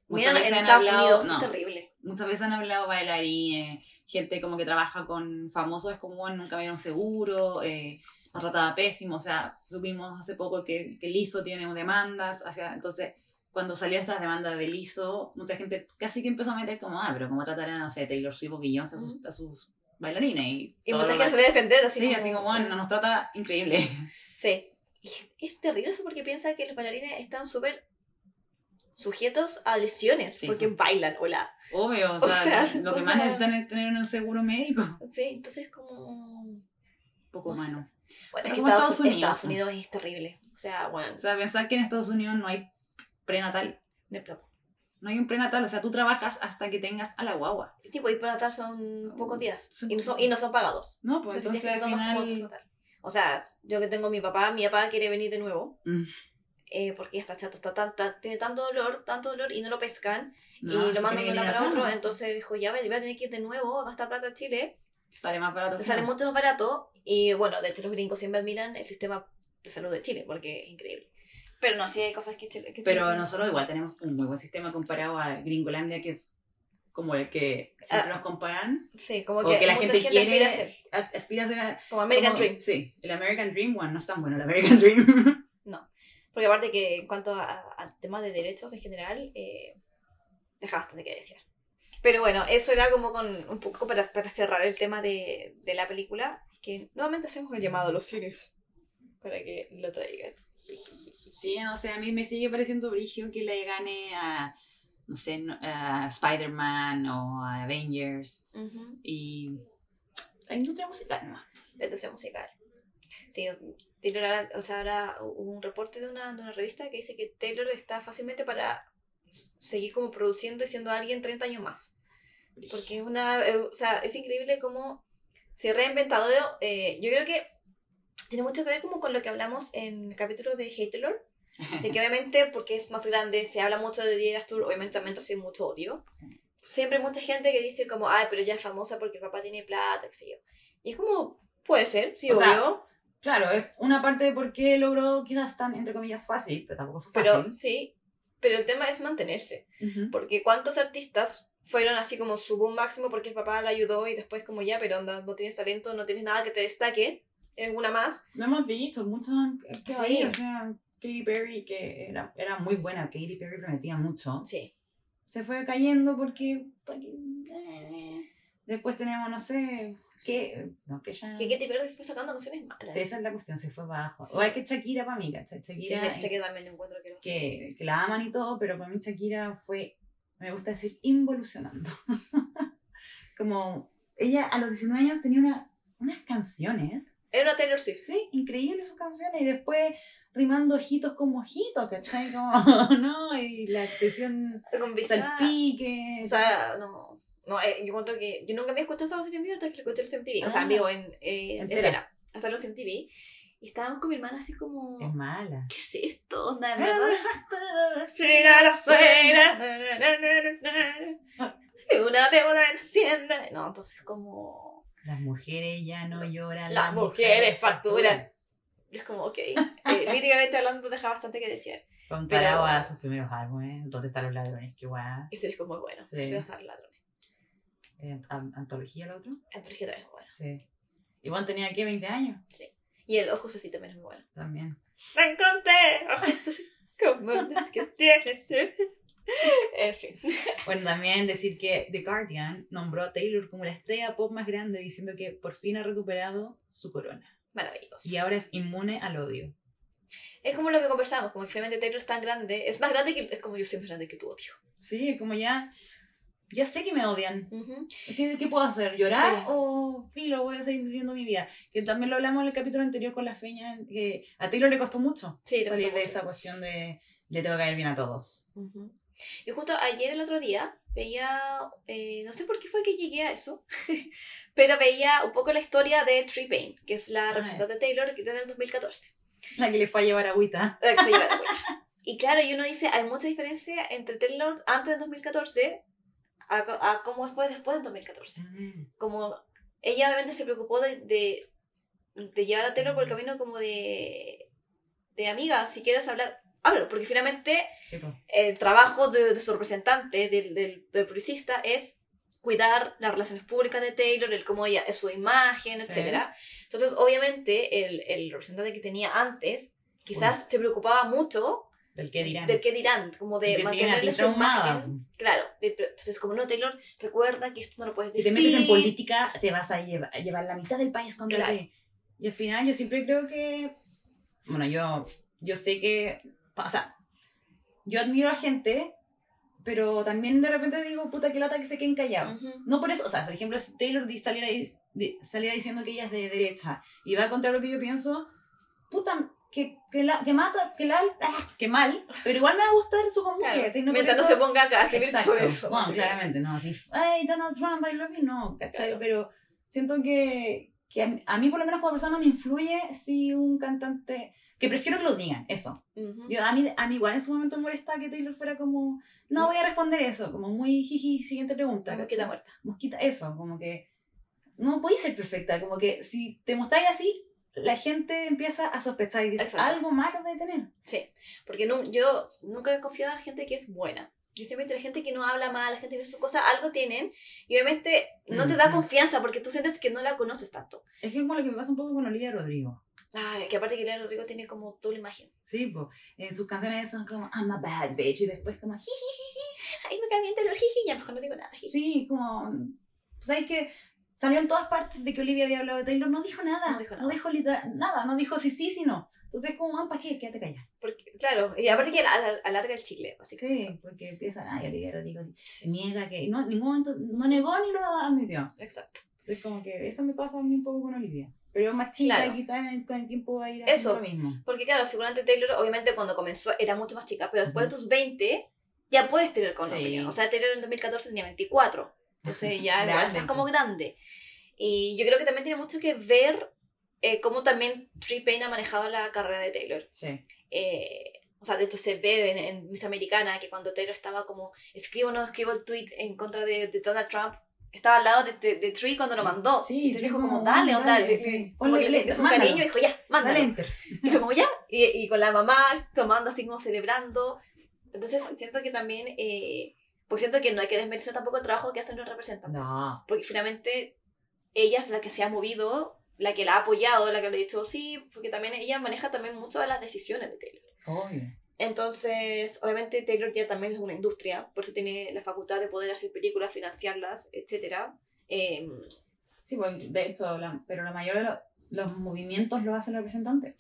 [SPEAKER 2] muchas
[SPEAKER 1] Mira, en
[SPEAKER 2] veces han
[SPEAKER 1] Estados
[SPEAKER 2] hablado-
[SPEAKER 1] Unidos
[SPEAKER 2] no,
[SPEAKER 1] es terrible.
[SPEAKER 2] muchas veces han hablado bailarines, gente como que trabaja con famosos, es como, bueno, nunca me dieron seguro, eh, nos trataba pésimo, o sea, supimos hace poco que, que Liso tiene demandas, o sea, entonces, cuando salió esta demanda de Liso, mucha gente casi que empezó a meter como, ah, pero cómo tratarán, no sé, Taylor Swift o Beyoncé a sus, a sus bailarines y,
[SPEAKER 1] Y
[SPEAKER 2] todo
[SPEAKER 1] mucha
[SPEAKER 2] lo
[SPEAKER 1] gente se
[SPEAKER 2] demás.
[SPEAKER 1] ve defender así. mm,
[SPEAKER 2] Sí, así como, bueno, nos trata increíble.
[SPEAKER 1] Sí. es, es terrible eso porque piensa que los bailarines están súper sujetos a lesiones
[SPEAKER 2] Sí. pues.
[SPEAKER 1] porque bailan, hola.
[SPEAKER 2] Obvio, o
[SPEAKER 1] O
[SPEAKER 2] sea,
[SPEAKER 1] sea,
[SPEAKER 2] lo que
[SPEAKER 1] o
[SPEAKER 2] más
[SPEAKER 1] sea-
[SPEAKER 2] necesitan es tener un seguro médico.
[SPEAKER 1] Sí, entonces como...
[SPEAKER 2] Poco
[SPEAKER 1] O sea,
[SPEAKER 2] humano.
[SPEAKER 1] Bueno,
[SPEAKER 2] Es
[SPEAKER 1] es que
[SPEAKER 2] como
[SPEAKER 1] Estados,
[SPEAKER 2] Estados Unidos.
[SPEAKER 1] Estados Unidos es terrible. O sea, bueno,
[SPEAKER 2] O sea, pensar que en Estados Unidos no hay prenatal.
[SPEAKER 1] no es plata.
[SPEAKER 2] No hay un prenatal, o sea, tú trabajas hasta que tengas a la guagua.
[SPEAKER 1] Tipo, ir para natal son pocos días
[SPEAKER 2] Uh, Son-
[SPEAKER 1] y no son, y no son pagados.
[SPEAKER 2] No, pues entonces
[SPEAKER 1] tienes
[SPEAKER 2] al
[SPEAKER 1] que tomar como
[SPEAKER 2] final.
[SPEAKER 1] postnatal. O sea, yo que tengo a mi papá, mi papá quiere venir de nuevo
[SPEAKER 2] Mm.
[SPEAKER 1] eh, porque está chato, está tan, tan- tiene tanto dolor, tanto dolor y no lo pescan
[SPEAKER 2] no,
[SPEAKER 1] y
[SPEAKER 2] se
[SPEAKER 1] lo mandan de
[SPEAKER 2] tiene
[SPEAKER 1] un
[SPEAKER 2] que
[SPEAKER 1] lado para
[SPEAKER 2] ir a
[SPEAKER 1] otro.
[SPEAKER 2] plano.
[SPEAKER 1] Entonces dijo, ya ve, voy a tener que ir de nuevo, va a estar plata a Chile.
[SPEAKER 2] Sale más barato.
[SPEAKER 1] Te sale
[SPEAKER 2] final.
[SPEAKER 1] mucho más barato y bueno, de hecho los gringos siempre admiran el sistema de salud de Chile porque es increíble. Pero no, sí hay cosas que Chile... que
[SPEAKER 2] Pero
[SPEAKER 1] Chile-
[SPEAKER 2] nosotros igual tenemos un muy buen sistema comparado a Gringolandia, que es como el que
[SPEAKER 1] Ah.
[SPEAKER 2] siempre nos comparan.
[SPEAKER 1] Sí, como
[SPEAKER 2] o
[SPEAKER 1] que,
[SPEAKER 2] que la
[SPEAKER 1] mucha
[SPEAKER 2] gente quiere-
[SPEAKER 1] aspira a ser,
[SPEAKER 2] A- Aspira a ser a-
[SPEAKER 1] como American
[SPEAKER 2] como-
[SPEAKER 1] Dream.
[SPEAKER 2] Sí, el American Dream, bueno, no es tan bueno el American Dream.
[SPEAKER 1] Porque aparte que en cuanto a, a temas de derechos en general, eh, deja bastante que decir. Pero bueno, eso era como con un poco para, para cerrar el tema de, de la película, que nuevamente hacemos el llamado a los cines para que lo traigan.
[SPEAKER 2] sí, no sé, a mí me sigue pareciendo brigio que le gane a, no sé, no- a Spider-Man o a Avengers.
[SPEAKER 1] Ujú.
[SPEAKER 2] y la industria musical nomás.
[SPEAKER 1] la industria musical. Sí, Taylor ahora, o sea, ahora hubo un reporte de una, de una revista que dice que Taylor está fácilmente para seguir como produciendo y siendo alguien 30 años más. Porque es una, eh, o sea, es increíble cómo se ha reinventado. eh, yo creo que tiene mucho que ver como con lo que hablamos en el capítulo de Hey Taylor, de que obviamente porque es más grande, se habla mucho de Diana Tour, obviamente también recibe mucho odio. Siempre hay mucha gente que dice como, ay, pero ella es famosa porque el papá tiene plata, qué sé yo. Y es como, puede ser, sí,
[SPEAKER 2] O sea,
[SPEAKER 1] obvio,
[SPEAKER 2] Claro, es una parte de por qué logró quizás tan, entre comillas, fácil, pero tampoco fue
[SPEAKER 1] pero
[SPEAKER 2] fácil.
[SPEAKER 1] sí, pero el tema es mantenerse.
[SPEAKER 2] Ujú.
[SPEAKER 1] Porque cuántos artistas fueron así como su boom máximo porque el papá la ayudó y después como ya, pero onda, no tienes talento, no tienes nada que te destaque, eres una más.
[SPEAKER 2] Lo hemos visto, muchos han que
[SPEAKER 1] Sí.
[SPEAKER 2] ahí, o sea, Katy Perry, que era, era muy buena, Katy Perry prometía mucho,
[SPEAKER 1] Sí.
[SPEAKER 2] se fue cayendo porque... porque- Después tenemos, no sé, que... No, que ya...
[SPEAKER 1] Que Katy Perry fue sacando canciones malas.
[SPEAKER 2] Sí, esa es la cuestión, se fue abajo.
[SPEAKER 1] Sí.
[SPEAKER 2] Igual que Shakira para mí, ¿cachai?
[SPEAKER 1] Sí,
[SPEAKER 2] Shakira,
[SPEAKER 1] Shakira también lo encuentro eh. que lo-
[SPEAKER 2] que, que la aman y todo, pero para mí Shakira fue, me gusta decir, involucionando. Como ella a los 19 años tenía una- unas canciones,
[SPEAKER 1] Era una Taylor Swift.
[SPEAKER 2] sí, increíbles sus canciones, y después rimando ojitos con mojitos, ¿cachai? Como, ¿no? Y la obsesión
[SPEAKER 1] Con Bizarre.
[SPEAKER 2] salpique.
[SPEAKER 1] O sea, no. No, eh, yo encuentro que. Yo nunca había escuchado esa canción en vivo hasta que la escuché en los MTV. O sea,
[SPEAKER 2] Ah.
[SPEAKER 1] en vivo, en. eh,
[SPEAKER 2] Entera.
[SPEAKER 1] entera. Hasta los MTV. Y estábamos con mi hermana así como.
[SPEAKER 2] es mala.
[SPEAKER 1] ¿Qué es Ah, esto? Onda, en verdad. Será la suegra. na, na, na, na, na. Y Una deuda en Hacienda. No, entonces como...
[SPEAKER 2] Las mujeres ya no lloran.
[SPEAKER 1] Las mujeres facturan. Es como, ok. eh, líricamente hablando, deja bastante que desear. Pero-
[SPEAKER 2] Comparado a sus primeros álbumes, donde están los ladrones, que guay.
[SPEAKER 1] Ese disco es muy bueno.
[SPEAKER 2] Sí.
[SPEAKER 1] Sí. Los ladrones.
[SPEAKER 2] Eh, an- antología el otro.
[SPEAKER 1] Entonces, que también es bueno.
[SPEAKER 2] Sí. Y Juan tenía aquí 20 años
[SPEAKER 1] Y el Ojos así también es muy bueno.
[SPEAKER 2] también.
[SPEAKER 1] Me encontré ojos así como los que tienes. En fin.
[SPEAKER 2] Bueno, también decir que The Guardian nombró a Taylor como la estrella pop más grande, diciendo que por fin ha recuperado su corona.
[SPEAKER 1] Maravilloso.
[SPEAKER 2] Y ahora es inmune al odio.
[SPEAKER 1] Es como lo que conversamos, como que finalmente Taylor es tan grande. Es más grande que... Es como yo soy más grande que tú, tío.
[SPEAKER 2] Sí, es como ya. Ya sé que me odian.
[SPEAKER 1] Ujú.
[SPEAKER 2] ¿Qué, qué puedo hacer? ¿Llorar
[SPEAKER 1] Sí.
[SPEAKER 2] o filo? Voy a seguir viviendo mi vida. Que también lo hablamos en el capítulo anterior con la feña, que a Taylor le costó mucho
[SPEAKER 1] Sí, le costó
[SPEAKER 2] salir de
[SPEAKER 1] mucho.
[SPEAKER 2] esa cuestión de le tengo que caer bien a todos.
[SPEAKER 1] Ujú. Yo justo ayer, el otro día, veía, eh, no sé por qué fue que llegué a eso, pero veía un poco la historia de Tree Payne, que es la
[SPEAKER 2] Ah,
[SPEAKER 1] representante de Taylor que desde el 2014.
[SPEAKER 2] La que le fue a llevar agüita.
[SPEAKER 1] la que Eh, se lleva la huella. y claro, y uno dice, hay mucha diferencia entre Taylor antes del 2014 a, co- a cómo fue después del 2014. Como ella obviamente se preocupó de, de, de llevar a Taylor por el camino como de, de amiga, si quieres hablar, háblalo, porque finalmente
[SPEAKER 2] Sí, pues.
[SPEAKER 1] el trabajo de, de su representante, del, del, del publicista, es cuidar las relaciones públicas de Taylor, el cómo ella es su imagen,
[SPEAKER 2] Sí.
[SPEAKER 1] etcétera Entonces, obviamente, el, el representante que tenía antes quizás se preocupaba mucho
[SPEAKER 2] Del que dirán.
[SPEAKER 1] del qué dirán, como de
[SPEAKER 2] Que tienen a ti
[SPEAKER 1] mantenerle su
[SPEAKER 2] traumada.
[SPEAKER 1] imagen. Claro, de- pero- entonces como no, Taylor, recuerda que esto no lo puedes
[SPEAKER 2] Si
[SPEAKER 1] decir.
[SPEAKER 2] te metes en política, te vas a lleva- a llevar, la mitad del país contra
[SPEAKER 1] Claro.
[SPEAKER 2] ti. Y al final yo siempre creo que bueno, yo, yo sé que, o sea, yo admiro a gente, pero también de repente digo, puta, que lata que se queden callados.
[SPEAKER 1] Ujú.
[SPEAKER 2] No por eso, o sea, por ejemplo, si Taylor di- saliera, dis- di- saliera diciendo que ella es de derecha y va contra lo que yo pienso, puta, que, que, la, que mata, que la, ah, que mal, pero igual me va a gustar su música.
[SPEAKER 1] Claro,
[SPEAKER 2] ¿cachai? No por
[SPEAKER 1] Mientras no
[SPEAKER 2] eso-
[SPEAKER 1] se ponga acá a escribir
[SPEAKER 2] Exacto.
[SPEAKER 1] sobre eso.
[SPEAKER 2] Bueno, claramente, no, así, ay, Donald Trump, I love you, no, ¿cachai?
[SPEAKER 1] Claro.
[SPEAKER 2] Pero siento que, que a, mí, a mí por lo menos como persona me influye si un cantante, que prefiero que lo digan, eso.
[SPEAKER 1] Ujú.
[SPEAKER 2] Yo, a, mí, a mí igual en su momento me molestaba que Taylor fuera como, no voy a responder eso, como muy jiji, siguiente pregunta.
[SPEAKER 1] Como que
[SPEAKER 2] ¿cachai?
[SPEAKER 1] está muerta.
[SPEAKER 2] mosquita, eso, como que no podéis ser perfecta, como que si te mostráis así, la gente empieza a sospechar y dice,
[SPEAKER 1] Exacto.
[SPEAKER 2] algo malo debe tener.
[SPEAKER 1] Sí, porque nu- yo nunca he confiado en la gente que es buena. Yo siempre he dicho, la gente que no habla mal, la gente que no su cosa, algo tienen. Y obviamente no te da
[SPEAKER 2] Ujú.
[SPEAKER 1] confianza porque tú sientes que no la conoces tanto.
[SPEAKER 2] Es que es como lo que me pasa un poco con Olivia Rodrigo.
[SPEAKER 1] Ay, que aparte que Leonardo Rodrigo tiene como toda la imagen.
[SPEAKER 2] Sí, pues en sus canciones son como, I'm a bad bitch, y después como, "Ji".
[SPEAKER 1] Ay, me cae bien Taylor, jiji, ya mejor no digo nada, jiji.
[SPEAKER 2] sí, como, pues, ¿sabes que Salió en todas partes de que Olivia había hablado de Taylor, no dijo nada,
[SPEAKER 1] No dijo nada.
[SPEAKER 2] litera- nada, no dijo si sí, si no. Entonces, como, ah, ¿para qué? Quédate callada.
[SPEAKER 1] Porque, claro, y aparte que al- alarga el chicle, así que...
[SPEAKER 2] Sí, porque empiezan, ay, Olivia Rodrigo
[SPEAKER 1] Sí,
[SPEAKER 2] niega que, no, en ningún momento, no negó ni lo admitió.
[SPEAKER 1] exacto.
[SPEAKER 2] Entonces, como que eso me pasa a mí un poco con Olivia. Pero más chica,
[SPEAKER 1] Claro.
[SPEAKER 2] quizás en el- con el tiempo va a ir
[SPEAKER 1] Eso.
[SPEAKER 2] haciendo lo mismo.
[SPEAKER 1] Porque claro, seguramente Taylor, obviamente cuando comenzó era mucho más chica, pero después de tus 20 ya puedes tener con
[SPEAKER 2] Sí.
[SPEAKER 1] opinión. O sea, Taylor en 2014 tenía 24. Entonces ya ahora estás
[SPEAKER 2] Realmente.
[SPEAKER 1] como grande. Y yo creo que también tiene mucho que ver eh, cómo también Tree Payne ha manejado la carrera de Taylor.
[SPEAKER 2] Sí.
[SPEAKER 1] Eh, o sea, de hecho se ve en, en Miss Americana que cuando Taylor estaba como, escribo o no escribo el tweet en contra de, de Donald Trump, estaba al lado de, de, de Tree cuando lo mandó.
[SPEAKER 2] Sí,
[SPEAKER 1] y Tree
[SPEAKER 2] fue
[SPEAKER 1] dijo como,
[SPEAKER 2] como,
[SPEAKER 1] dale, onda,
[SPEAKER 2] dale,
[SPEAKER 1] le-
[SPEAKER 2] sí.
[SPEAKER 1] le-
[SPEAKER 2] Ponle-
[SPEAKER 1] como que le
[SPEAKER 2] le-
[SPEAKER 1] dio un
[SPEAKER 2] mándalo.
[SPEAKER 1] cariño y dijo, ya,
[SPEAKER 2] Dale,
[SPEAKER 1] mándalo.
[SPEAKER 2] enter.
[SPEAKER 1] Y fue como ya, y, y con la mamá tomando así como celebrando. Entonces siento que también, eh, pues siento que no hay que desmerecer tampoco el trabajo que hacen los representantes.
[SPEAKER 2] No.
[SPEAKER 1] Porque finalmente ella es la que se ha movido, la que la ha apoyado, la que le ha dicho sí, porque también ella maneja también mucho de las decisiones de Taylor.
[SPEAKER 2] Obvio.
[SPEAKER 1] Entonces, obviamente Taylor ya también es una industria, por eso tiene la facultad de poder hacer películas, financiarlas, Em, etc.
[SPEAKER 2] Sí, bueno, de hecho, la- pero la mayoría de lo- los, movimientos los hace el representante.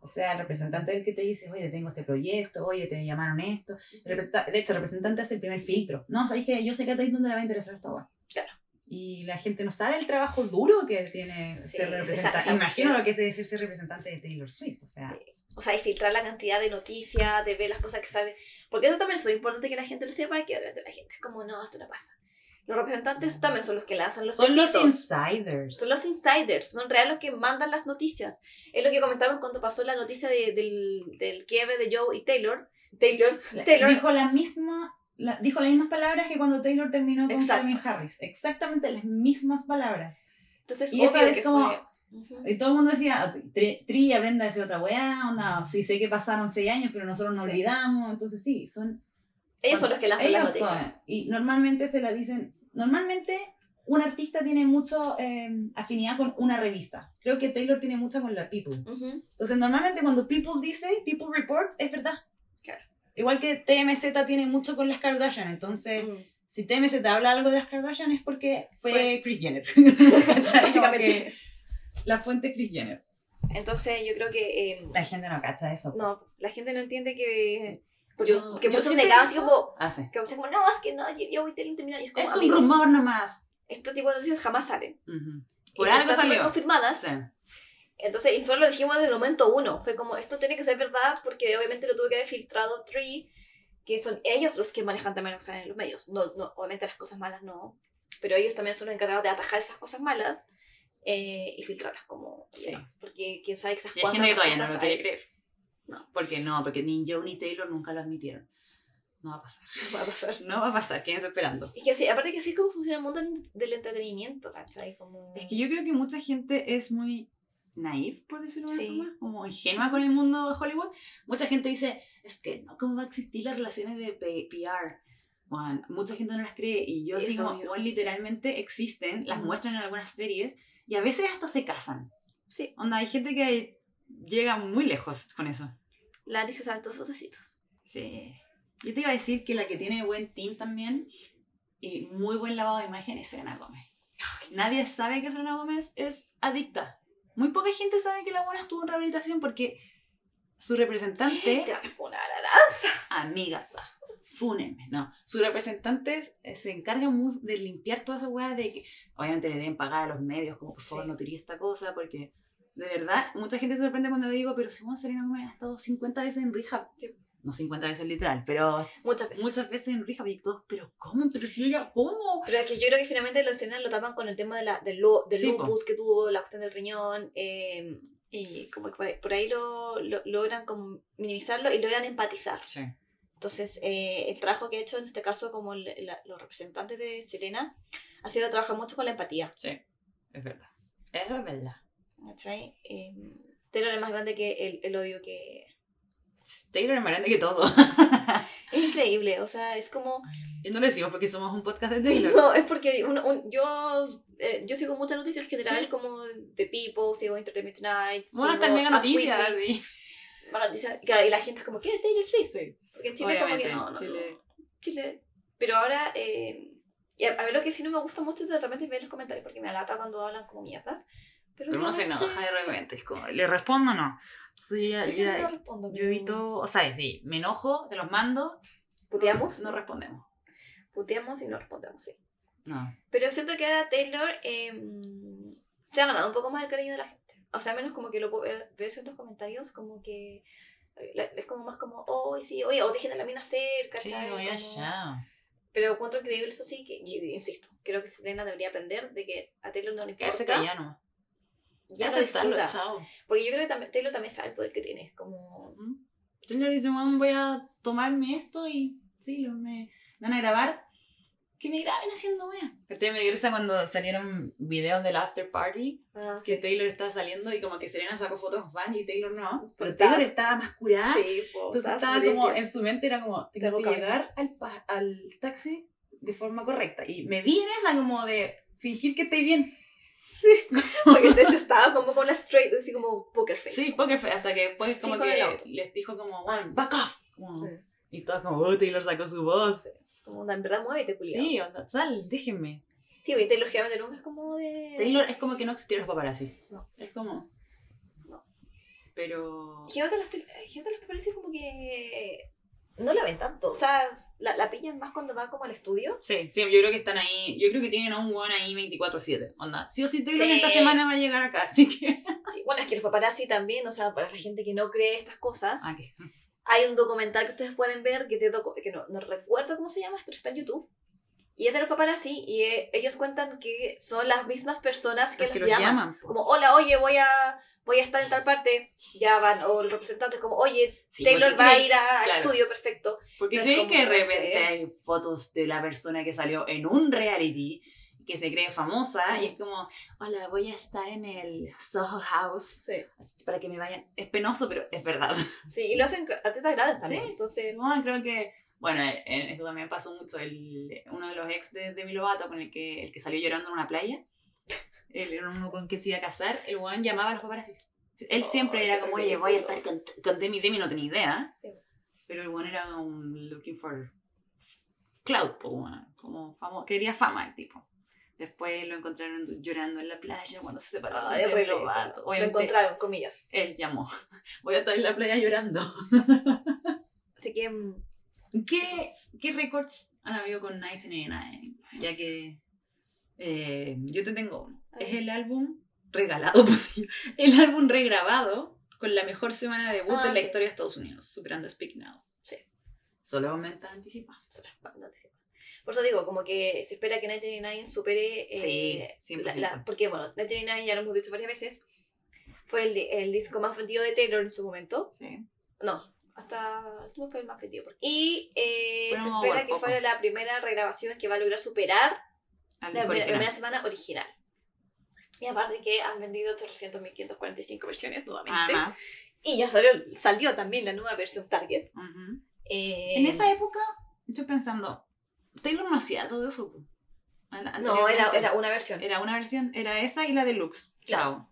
[SPEAKER 2] O sea, el representante es el que te dice, oye, tengo este proyecto, oye, te llamaron esto. El representa- De hecho, el representante hace el primer filtro. No, sabéis que yo sé que a ti no te la va a interesar esta web.
[SPEAKER 1] Claro.
[SPEAKER 2] Y la gente no sabe el trabajo duro que tiene
[SPEAKER 1] Sí,
[SPEAKER 2] ser
[SPEAKER 1] esa-
[SPEAKER 2] representante.
[SPEAKER 1] esa-
[SPEAKER 2] Imagino lo que es decir ser representante de Taylor Swift. O sea,
[SPEAKER 1] O sea, y filtrar la cantidad de noticias, de ver las cosas que salen. Porque eso también es muy importante que la gente lo sepa y que realmente la gente es como, no, esto no pasa. Los representantes también son los que lanzan los
[SPEAKER 2] son los
[SPEAKER 1] besitos.
[SPEAKER 2] insiders.
[SPEAKER 1] Son los insiders, son real los que mandan las noticias. Es lo que comentamos cuando pasó la noticia de- del, del quiebre de Joe y Taylor. Taylor, Taylor.
[SPEAKER 2] Dijo la misma, la- dijo las mismas palabras que cuando Taylor terminó con
[SPEAKER 1] Exacto.
[SPEAKER 2] Calvin Harris. Exactamente las mismas palabras.
[SPEAKER 1] Entonces,
[SPEAKER 2] Y esa
[SPEAKER 1] obvio
[SPEAKER 2] es
[SPEAKER 1] que
[SPEAKER 2] como-
[SPEAKER 1] fue- Ujú.
[SPEAKER 2] Y todo el mundo decía, "Ah, Tri, Tri aprenda a hacer otra weá, onda, sí sé que pasaron seis años, pero nosotros nos
[SPEAKER 1] Sí.
[SPEAKER 2] olvidamos. Entonces sí, son...
[SPEAKER 1] Ellos son los que lanzan
[SPEAKER 2] ellos
[SPEAKER 1] las noticias.
[SPEAKER 2] son. Y normalmente se la dicen, normalmente un artista tiene mucho eh, afinidad con una revista. Creo que Taylor tiene mucha con la People.
[SPEAKER 1] Ujú.
[SPEAKER 2] Entonces, normalmente cuando People dice, People Reports, es verdad.
[SPEAKER 1] Claro.
[SPEAKER 2] Igual que TMZ tiene mucho con las Kardashian. Entonces,
[SPEAKER 1] Mm.
[SPEAKER 2] si TMZ habla algo de las Kardashian es porque fue
[SPEAKER 1] Pues-
[SPEAKER 2] Chris Jenner. Como
[SPEAKER 1] Básicamente.
[SPEAKER 2] que La fuente es Chris Jenner.
[SPEAKER 1] Entonces, yo creo que. eh,
[SPEAKER 2] La gente no cacha eso.
[SPEAKER 1] no, la gente no entiende que. porque-
[SPEAKER 2] Yo-
[SPEAKER 1] que
[SPEAKER 2] yo
[SPEAKER 1] muchos
[SPEAKER 2] siempre
[SPEAKER 1] negaban
[SPEAKER 2] he
[SPEAKER 1] así
[SPEAKER 2] dicho-
[SPEAKER 1] como.
[SPEAKER 2] Ah, sí.
[SPEAKER 1] Que muchos como, no, es que no, yo voy a tener un terminal. Y es como,
[SPEAKER 2] Es un
[SPEAKER 1] amigos,
[SPEAKER 2] rumor nomás.
[SPEAKER 1] Este tipo de noticias jamás salen.
[SPEAKER 2] Ujú.
[SPEAKER 1] Y
[SPEAKER 2] Por
[SPEAKER 1] si
[SPEAKER 2] algo
[SPEAKER 1] están súper
[SPEAKER 2] salió.
[SPEAKER 1] confirmadas.
[SPEAKER 2] Sí.
[SPEAKER 1] Entonces, y solo lo dijimos desde el momento uno. Fue como, esto tiene que ser verdad porque obviamente lo tuvo que haber filtrado Tree, que son ellos los que manejan también lo que sale en los medios. No, no, obviamente las cosas malas no, pero ellos también son los encargados de atajar esas cosas malas eh, y filtrarlas como...
[SPEAKER 2] Sí.
[SPEAKER 1] ¿no? Porque quién sabe esas
[SPEAKER 2] Y hay gente que todavía no
[SPEAKER 1] cosas
[SPEAKER 2] lo
[SPEAKER 1] hay.
[SPEAKER 2] quiere creer. No. Porque no, porque ni Joe ni Taylor nunca lo admitieron. No va a pasar.
[SPEAKER 1] Va a pasar.
[SPEAKER 2] No va a pasar, quédense esperando.
[SPEAKER 1] Es que así, aparte que así es como funciona el mundo del entretenimiento, ¿cachai? Como...
[SPEAKER 2] Es que yo creo que mucha gente es muy naif, por decirlo de
[SPEAKER 1] Sí.
[SPEAKER 2] alguna forma, como ingenua con el mundo de Hollywood. Mucha gente dice, es que no, ¿cómo va a existir las relaciones de P- PR? Bueno, mucha gente no las cree y yo
[SPEAKER 1] Es
[SPEAKER 2] digo,
[SPEAKER 1] obvio.
[SPEAKER 2] bueno, literalmente existen, las
[SPEAKER 1] Ujú.
[SPEAKER 2] muestran en algunas series y a veces hasta se casan.
[SPEAKER 1] Sí,
[SPEAKER 2] Onda, hay gente que llega muy lejos con eso.
[SPEAKER 1] la Alicia sabe todos sus ositos.
[SPEAKER 2] Sí. Yo te iba a decir que la que tiene buen team también y muy buen lavado de imagen es Selena Gómez. Nadie sabe que Selena Gómez es adicta. Muy poca gente sabe que la buena estuvo en rehabilitación porque su representante,
[SPEAKER 1] Te van a funar, Ara.
[SPEAKER 2] amigas, ah, fúnenme, no. Su representante eh, se encarga mu- de limpiar toda esa weá de que, obviamente le deben pagar a los medios, como por favor
[SPEAKER 1] Sí.
[SPEAKER 2] no tiréis esta cosa, porque de verdad, mucha gente se sorprende cuando digo, pero si Simón Serena Gómez ha estado 50 veces en rehab.
[SPEAKER 1] Sí.
[SPEAKER 2] No 50 veces literal, pero
[SPEAKER 1] Muchas veces.
[SPEAKER 2] muchas veces en rehab y todos, pero ¿cómo? Pero si ella, ¿cómo?
[SPEAKER 1] Pero es que yo creo que finalmente los escenas lo tapan con el tema de la, del, lu- del
[SPEAKER 2] Sí, po.
[SPEAKER 1] lupus que tuvo, la cuestión del riñón, eh, y como que por ahí, por ahí lo, lo- logran como minimizarlo y logran empatizar.
[SPEAKER 2] Sí.
[SPEAKER 1] Entonces, eh, el trabajo que ha hecho en este caso como el- la- los representantes de Serena ha sido trabajar mucho con la empatía.
[SPEAKER 2] Sí, es verdad. Eso es verdad.
[SPEAKER 1] ¿Cachai? Eh, Taylor es más grande que el, el odio que...
[SPEAKER 2] Taylor es más grande que todo.
[SPEAKER 1] Es increíble, o sea, es como...
[SPEAKER 2] Y no lo decimos porque somos un podcast de Taylor.
[SPEAKER 1] No, es porque un- un- yo, eh, yo sigo muchas noticias en general, como The People, sigo Entertainment Tonight,
[SPEAKER 2] Bueno, hasta
[SPEAKER 1] sigo
[SPEAKER 2] mega
[SPEAKER 1] Us
[SPEAKER 2] noticias.
[SPEAKER 1] Weekly.
[SPEAKER 2] Sí.
[SPEAKER 1] Bueno, dice- claro, y la gente es como, ¿qué Taylor Swift?
[SPEAKER 2] sí.
[SPEAKER 1] Porque en Chile como
[SPEAKER 2] Obviamente,
[SPEAKER 1] que no, no,
[SPEAKER 2] Chile.
[SPEAKER 1] no. Chile. Pero ahora, eh, y a, a ver lo que sí no me gusta mucho es de repente ver los comentarios porque me alata cuando hablan como mierdas. Pero
[SPEAKER 2] Pero uno se
[SPEAKER 1] realmente-
[SPEAKER 2] enoja de repente. Es como, ¿le respondo o no? Sí, ya-
[SPEAKER 1] Yo
[SPEAKER 2] ya-
[SPEAKER 1] no respondo.
[SPEAKER 2] yo evito, o sea, sí, me enojo, te los mando.
[SPEAKER 1] Puteamos.
[SPEAKER 2] No respondemos.
[SPEAKER 1] Puteamos y no respondemos, sí.
[SPEAKER 2] No.
[SPEAKER 1] Pero siento que ahora Taylor eh, se ha ganado un poco más el cariño de la gente. O sea, menos como que lo po- veo veo ciertos comentarios como que eh, la- es como más como, oh, sí, oye, o dejen a la mina cerca,
[SPEAKER 2] Sí,
[SPEAKER 1] ¿cachai?
[SPEAKER 2] voy
[SPEAKER 1] Como-
[SPEAKER 2] allá.
[SPEAKER 1] Pero encuentro increíble eso sí, que, y- y insisto, creo que Selena debería aprender de que a Taylor no le
[SPEAKER 2] Quedarse
[SPEAKER 1] importa.
[SPEAKER 2] callado nomás.
[SPEAKER 1] ya lo
[SPEAKER 2] aceptarlo,
[SPEAKER 1] disfruta.
[SPEAKER 2] chao.
[SPEAKER 1] Porque yo creo que también, Taylor también sabe el poder que tiene. Como,
[SPEAKER 2] ¿Mm? Taylor dice, "Bueno, voy a tomarme esto y filo, me me van a grabar. Que me graben haciendo wea. Entonces me dio risa cuando salieron videos del after party,
[SPEAKER 1] ah,
[SPEAKER 2] que Taylor estaba saliendo y como que Serena sacó fotos con Van y Taylor no. Pero
[SPEAKER 1] Está-
[SPEAKER 2] Taylor estaba más curada.
[SPEAKER 1] sí, po,
[SPEAKER 2] Entonces
[SPEAKER 1] está
[SPEAKER 2] estaba
[SPEAKER 1] súper
[SPEAKER 2] como,
[SPEAKER 1] bien.
[SPEAKER 2] en su mente era como, tengo,
[SPEAKER 1] Tengo
[SPEAKER 2] que
[SPEAKER 1] que
[SPEAKER 2] llegar al, pa- al taxi de forma correcta. Y me vi en esa como de fingir que estoy bien.
[SPEAKER 1] Porque te- te estaba como con la straight, así como poker face.
[SPEAKER 2] Sí, porque fue- hasta que después como
[SPEAKER 1] Fijo en el
[SPEAKER 2] que
[SPEAKER 1] auto.
[SPEAKER 2] les dijo como, bueno, back off. Como-
[SPEAKER 1] Ah. Sí.
[SPEAKER 2] Y todos como, oh, Taylor sacó su voz.
[SPEAKER 1] Mm. Como, onda, en verdad, muévete, culiao.
[SPEAKER 2] Sí, onda, sal, déjenme.
[SPEAKER 1] Sí, oye, Taylor generalmente nunca es como de...
[SPEAKER 2] Taylor es como que no existieron los paparazzi.
[SPEAKER 1] No.
[SPEAKER 2] Es como...
[SPEAKER 1] No.
[SPEAKER 2] Pero...
[SPEAKER 1] Generalmente las tel- generalmente las parece como que... No la ven tanto. O sea, la, la pillan más cuando va como al estudio.
[SPEAKER 2] Sí, sí, yo creo que están ahí, yo creo que tienen a un weón ahí 24-7, onda. Sí o sí, Taylor
[SPEAKER 1] Sí.
[SPEAKER 2] esta semana va a llegar acá, así que...
[SPEAKER 1] Sí, bueno, es que los paparazzi también, o sea, para la gente que no cree estas cosas,
[SPEAKER 2] Ah, ¿qué?
[SPEAKER 1] Hay un documental que ustedes pueden ver que, te docu- que no, no recuerdo cómo se llama, esto está en YouTube. Y es de los paparazzi y eh, ellos cuentan que son las mismas personas que los,
[SPEAKER 2] Los que los
[SPEAKER 1] llaman.
[SPEAKER 2] llaman, po.
[SPEAKER 1] Como, hola, oye, voy a, voy a estar en tal parte. Ya van. O el representante es como, oye,
[SPEAKER 2] Sí,
[SPEAKER 1] Taylor
[SPEAKER 2] porque
[SPEAKER 1] va a
[SPEAKER 2] creen-
[SPEAKER 1] ir a- al
[SPEAKER 2] claro.
[SPEAKER 1] estudio, perfecto.
[SPEAKER 2] Porque
[SPEAKER 1] No es
[SPEAKER 2] creen
[SPEAKER 1] como
[SPEAKER 2] que de
[SPEAKER 1] que se-
[SPEAKER 2] repente hay fotos de la persona que salió en un reality que se cree famosa y es como, hola, voy a estar en el Soho House
[SPEAKER 1] Sí.
[SPEAKER 2] para que me vayan. Es penoso, pero es verdad.
[SPEAKER 1] y lo hacen artistas grandes también.
[SPEAKER 2] Sí.
[SPEAKER 1] Entonces,
[SPEAKER 2] No, creo que, bueno, eh, eh, eso también pasó mucho. El, uno de los ex de, de Milovato, con el que, el que salió llorando en una playa, él era uno con que se iba a casar, el weón llamaba a los paparazzi. Él siempre
[SPEAKER 1] Ay,
[SPEAKER 2] era
[SPEAKER 1] qué
[SPEAKER 2] como, oye, voy a
[SPEAKER 1] ridículo.
[SPEAKER 2] estar con, con Demi, Demi no tenía idea.
[SPEAKER 1] Sí.
[SPEAKER 2] Pero el weón era un looking for cloud, po, weón. como famo- quería fama el tipo. Después lo encontraron du- llorando en la playa cuando se separaron
[SPEAKER 1] ay,
[SPEAKER 2] de
[SPEAKER 1] re
[SPEAKER 2] Milovato.
[SPEAKER 1] Lo
[SPEAKER 2] Obviamente,
[SPEAKER 1] encontraron, comillas.
[SPEAKER 2] él llamó, voy a estar en la playa llorando.
[SPEAKER 1] Así que, mm,
[SPEAKER 2] ¿Qué, qué récords han habido con 1989? Ya que eh, yo te tengo uno.
[SPEAKER 1] A
[SPEAKER 2] Es
[SPEAKER 1] ver.
[SPEAKER 2] el álbum regalado, pues, el álbum regrabado con la mejor semana de debut
[SPEAKER 1] Ah,
[SPEAKER 2] en la
[SPEAKER 1] sí.
[SPEAKER 2] historia de Estados Unidos, superando Speak Now.
[SPEAKER 1] Sí.
[SPEAKER 2] Solo aumenta anticipada.
[SPEAKER 1] no te- Por eso digo, como que se espera que 1999 supere. eh,
[SPEAKER 2] Sí,
[SPEAKER 1] la-
[SPEAKER 2] 100%.
[SPEAKER 1] la- porque, bueno, 1999 ya lo hemos dicho varias veces. Fue el, di- el disco más vendido de Taylor en su momento.
[SPEAKER 2] Sí.
[SPEAKER 1] No, hasta. No fue el más vendido. porque- Y eh,
[SPEAKER 2] Fueron
[SPEAKER 1] se
[SPEAKER 2] como
[SPEAKER 1] espera
[SPEAKER 2] por
[SPEAKER 1] que
[SPEAKER 2] poco.
[SPEAKER 1] fuera la primera regrabación que va a lograr superar la,
[SPEAKER 2] Al
[SPEAKER 1] primera-
[SPEAKER 2] original.
[SPEAKER 1] primera semana original. Y aparte que han vendido 800.545 versiones nuevamente.
[SPEAKER 2] Además.
[SPEAKER 1] Y ya salió, salió también la nueva versión Target.
[SPEAKER 2] ujú.
[SPEAKER 1] Eh,
[SPEAKER 2] En esa época, estoy pensando, Taylor no hacía todo eso. po. An-
[SPEAKER 1] No, era,
[SPEAKER 2] anteriormente.
[SPEAKER 1] era una versión.
[SPEAKER 2] Era una versión, era esa y la deluxe.
[SPEAKER 1] Claro.
[SPEAKER 2] Chao.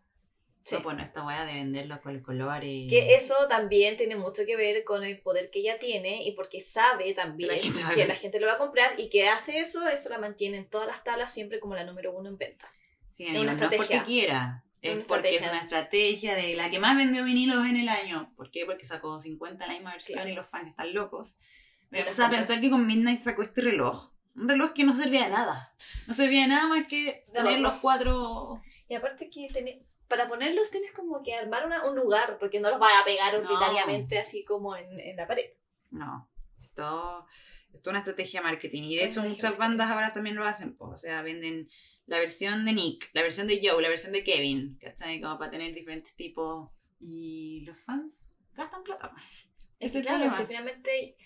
[SPEAKER 1] Sí.
[SPEAKER 2] No, bueno, esta weá de venderlo con el color y.
[SPEAKER 1] Que eso también tiene mucho que ver con el poder que ella tiene y porque sabe también
[SPEAKER 2] Que la gente va a
[SPEAKER 1] que
[SPEAKER 2] ver.
[SPEAKER 1] la gente lo va a comprar y que hace eso, eso la mantiene en todas las tablas siempre como la número uno en ventas.
[SPEAKER 2] Sí,
[SPEAKER 1] es
[SPEAKER 2] amigo,
[SPEAKER 1] una
[SPEAKER 2] no es porque
[SPEAKER 1] estrategia.
[SPEAKER 2] quiera. Es
[SPEAKER 1] Una
[SPEAKER 2] porque
[SPEAKER 1] estrategia.
[SPEAKER 2] es una estrategia de la que más vendió vinilos en el año. ¿Por qué? Porque sacó 50 en la misma versión
[SPEAKER 1] Claro.
[SPEAKER 2] y los fans están locos.
[SPEAKER 1] Una
[SPEAKER 2] Me empecé a
[SPEAKER 1] estrategia.
[SPEAKER 2] pensar que con Midnight sacó este reloj. Un reloj que no servía de nada. No servía de nada más que
[SPEAKER 1] De
[SPEAKER 2] tener
[SPEAKER 1] adorno.
[SPEAKER 2] los cuatro.
[SPEAKER 1] Y aparte que tené- para ponerlos tienes como que armar una- un lugar, porque no los vas a pegar
[SPEAKER 2] No.
[SPEAKER 1] ordinariamente así como en, en la pared.
[SPEAKER 2] No. Esto, esto es una estrategia de marketing. Y de
[SPEAKER 1] Es
[SPEAKER 2] hecho,
[SPEAKER 1] una
[SPEAKER 2] muchas
[SPEAKER 1] estrategia de
[SPEAKER 2] bandas ahora también lo hacen. po. O sea, venden la versión de Nick, la versión de Joe, la versión de Kevin. ¿Cachai? Como para tener diferentes tipos. Y los fans gastan plata.
[SPEAKER 1] Es
[SPEAKER 2] Ese
[SPEAKER 1] que
[SPEAKER 2] es el
[SPEAKER 1] claro,
[SPEAKER 2] problema.
[SPEAKER 1] si finalmente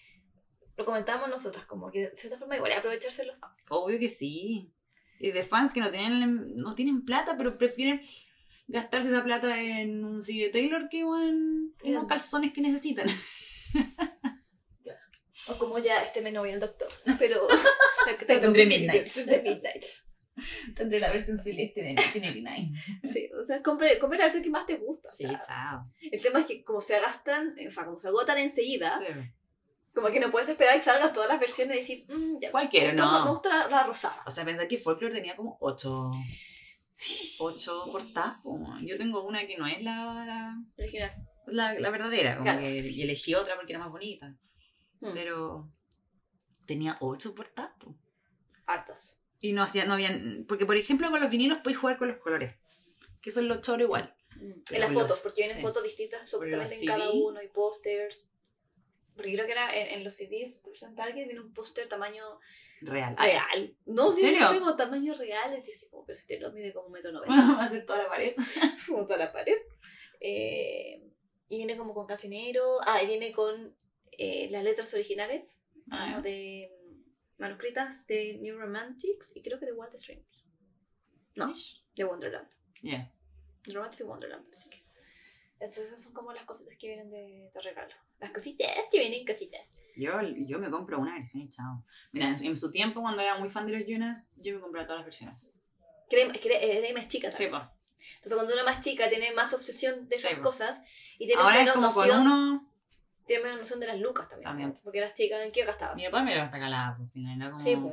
[SPEAKER 1] lo comentábamos nosotras, como que de cierta forma igual es aprovecharse los fans.
[SPEAKER 2] Obvio que sí. Y de fans que no tienen, no tienen plata, pero prefieren gastarse esa plata en un CD de Taylor que en en
[SPEAKER 1] Mm.
[SPEAKER 2] unos calzones que necesitan.
[SPEAKER 1] O como ya este me novia el doctor, pero
[SPEAKER 2] Tendré Midnight.
[SPEAKER 1] Tendré Midnight.
[SPEAKER 2] Tendré la versión celeste de 1989.
[SPEAKER 1] Sí, o sea, compre, compre la versión que más te gusta. o
[SPEAKER 2] Sí,
[SPEAKER 1] sea,
[SPEAKER 2] chao.
[SPEAKER 1] el tema es que como se gastan, o sea, como se agotan enseguida,
[SPEAKER 2] Sí.
[SPEAKER 1] como que no puedes esperar que salgan todas las versiones y decir, "Mm, ya,
[SPEAKER 2] Cualquiera,
[SPEAKER 1] me gusta-
[SPEAKER 2] no.
[SPEAKER 1] me gusta la, la rosada.
[SPEAKER 2] O sea, pensé que Folklore tenía como ocho,
[SPEAKER 1] Sí.
[SPEAKER 2] ocho portadas. po. Yo tengo una que no es la, la,
[SPEAKER 1] Original.
[SPEAKER 2] la- la verdadera, como
[SPEAKER 1] Claro.
[SPEAKER 2] que y elegí otra porque era más bonita. Hmm.
[SPEAKER 1] Mm.
[SPEAKER 2] Pero tenía ocho portadas. po.
[SPEAKER 1] Hartas.
[SPEAKER 2] Y no hacía, no había. Porque, por ejemplo, con los vinilos podéis jugar con los colores. Que son los choros igual.
[SPEAKER 1] Mm, en las
[SPEAKER 2] Pero los-
[SPEAKER 1] fotos, porque vienen
[SPEAKER 2] sí.
[SPEAKER 1] fotos distintas
[SPEAKER 2] Pero los
[SPEAKER 1] absolutamente en cada
[SPEAKER 2] CD.
[SPEAKER 1] uno y pósters. Porque creo que era en, en los CDs de Present Target viene un póster tamaño
[SPEAKER 2] Real.
[SPEAKER 1] real. No,
[SPEAKER 2] ¿En
[SPEAKER 1] sí, no
[SPEAKER 2] serio?
[SPEAKER 1] sé, como tamaño real. Entonces, como, pero si te lo mide como un metro noventa,
[SPEAKER 2] Va a ser toda la pared.
[SPEAKER 1] como toda la pared. Eh, y viene como con cancionero. Ah, y viene con eh, las letras originales
[SPEAKER 2] Ah,
[SPEAKER 1] como de mm, manuscritas de New Romantics y creo que de What Streams. No, de Wonderland.
[SPEAKER 2] Yeah.
[SPEAKER 1] Romantic Wonderland, así que. Entonces esas son como las cositas que vienen de, de regalo. Las cositas que vienen cositas.
[SPEAKER 2] Yo, yo me compro una versión y chao. Mira, en, en su tiempo, cuando era muy fan de los Jonas, yo me compraba todas las versiones.
[SPEAKER 1] Que era, que era- era más eh, chica
[SPEAKER 2] Sí,
[SPEAKER 1] también.
[SPEAKER 2] pues.
[SPEAKER 1] Entonces cuando uno es más chica tiene más obsesión de esas
[SPEAKER 2] Sí, po.
[SPEAKER 1] cosas y tiene
[SPEAKER 2] Ahora es
[SPEAKER 1] menos
[SPEAKER 2] como
[SPEAKER 1] noción.
[SPEAKER 2] con uno.
[SPEAKER 1] Tiene menos noción de las lucas también.
[SPEAKER 2] También.
[SPEAKER 1] ¿no? Porque eras chica, ¿en qué gastabas?
[SPEAKER 2] Mi papá me los regalaba, por pues, final. Era como.
[SPEAKER 1] Sí, po.
[SPEAKER 2] O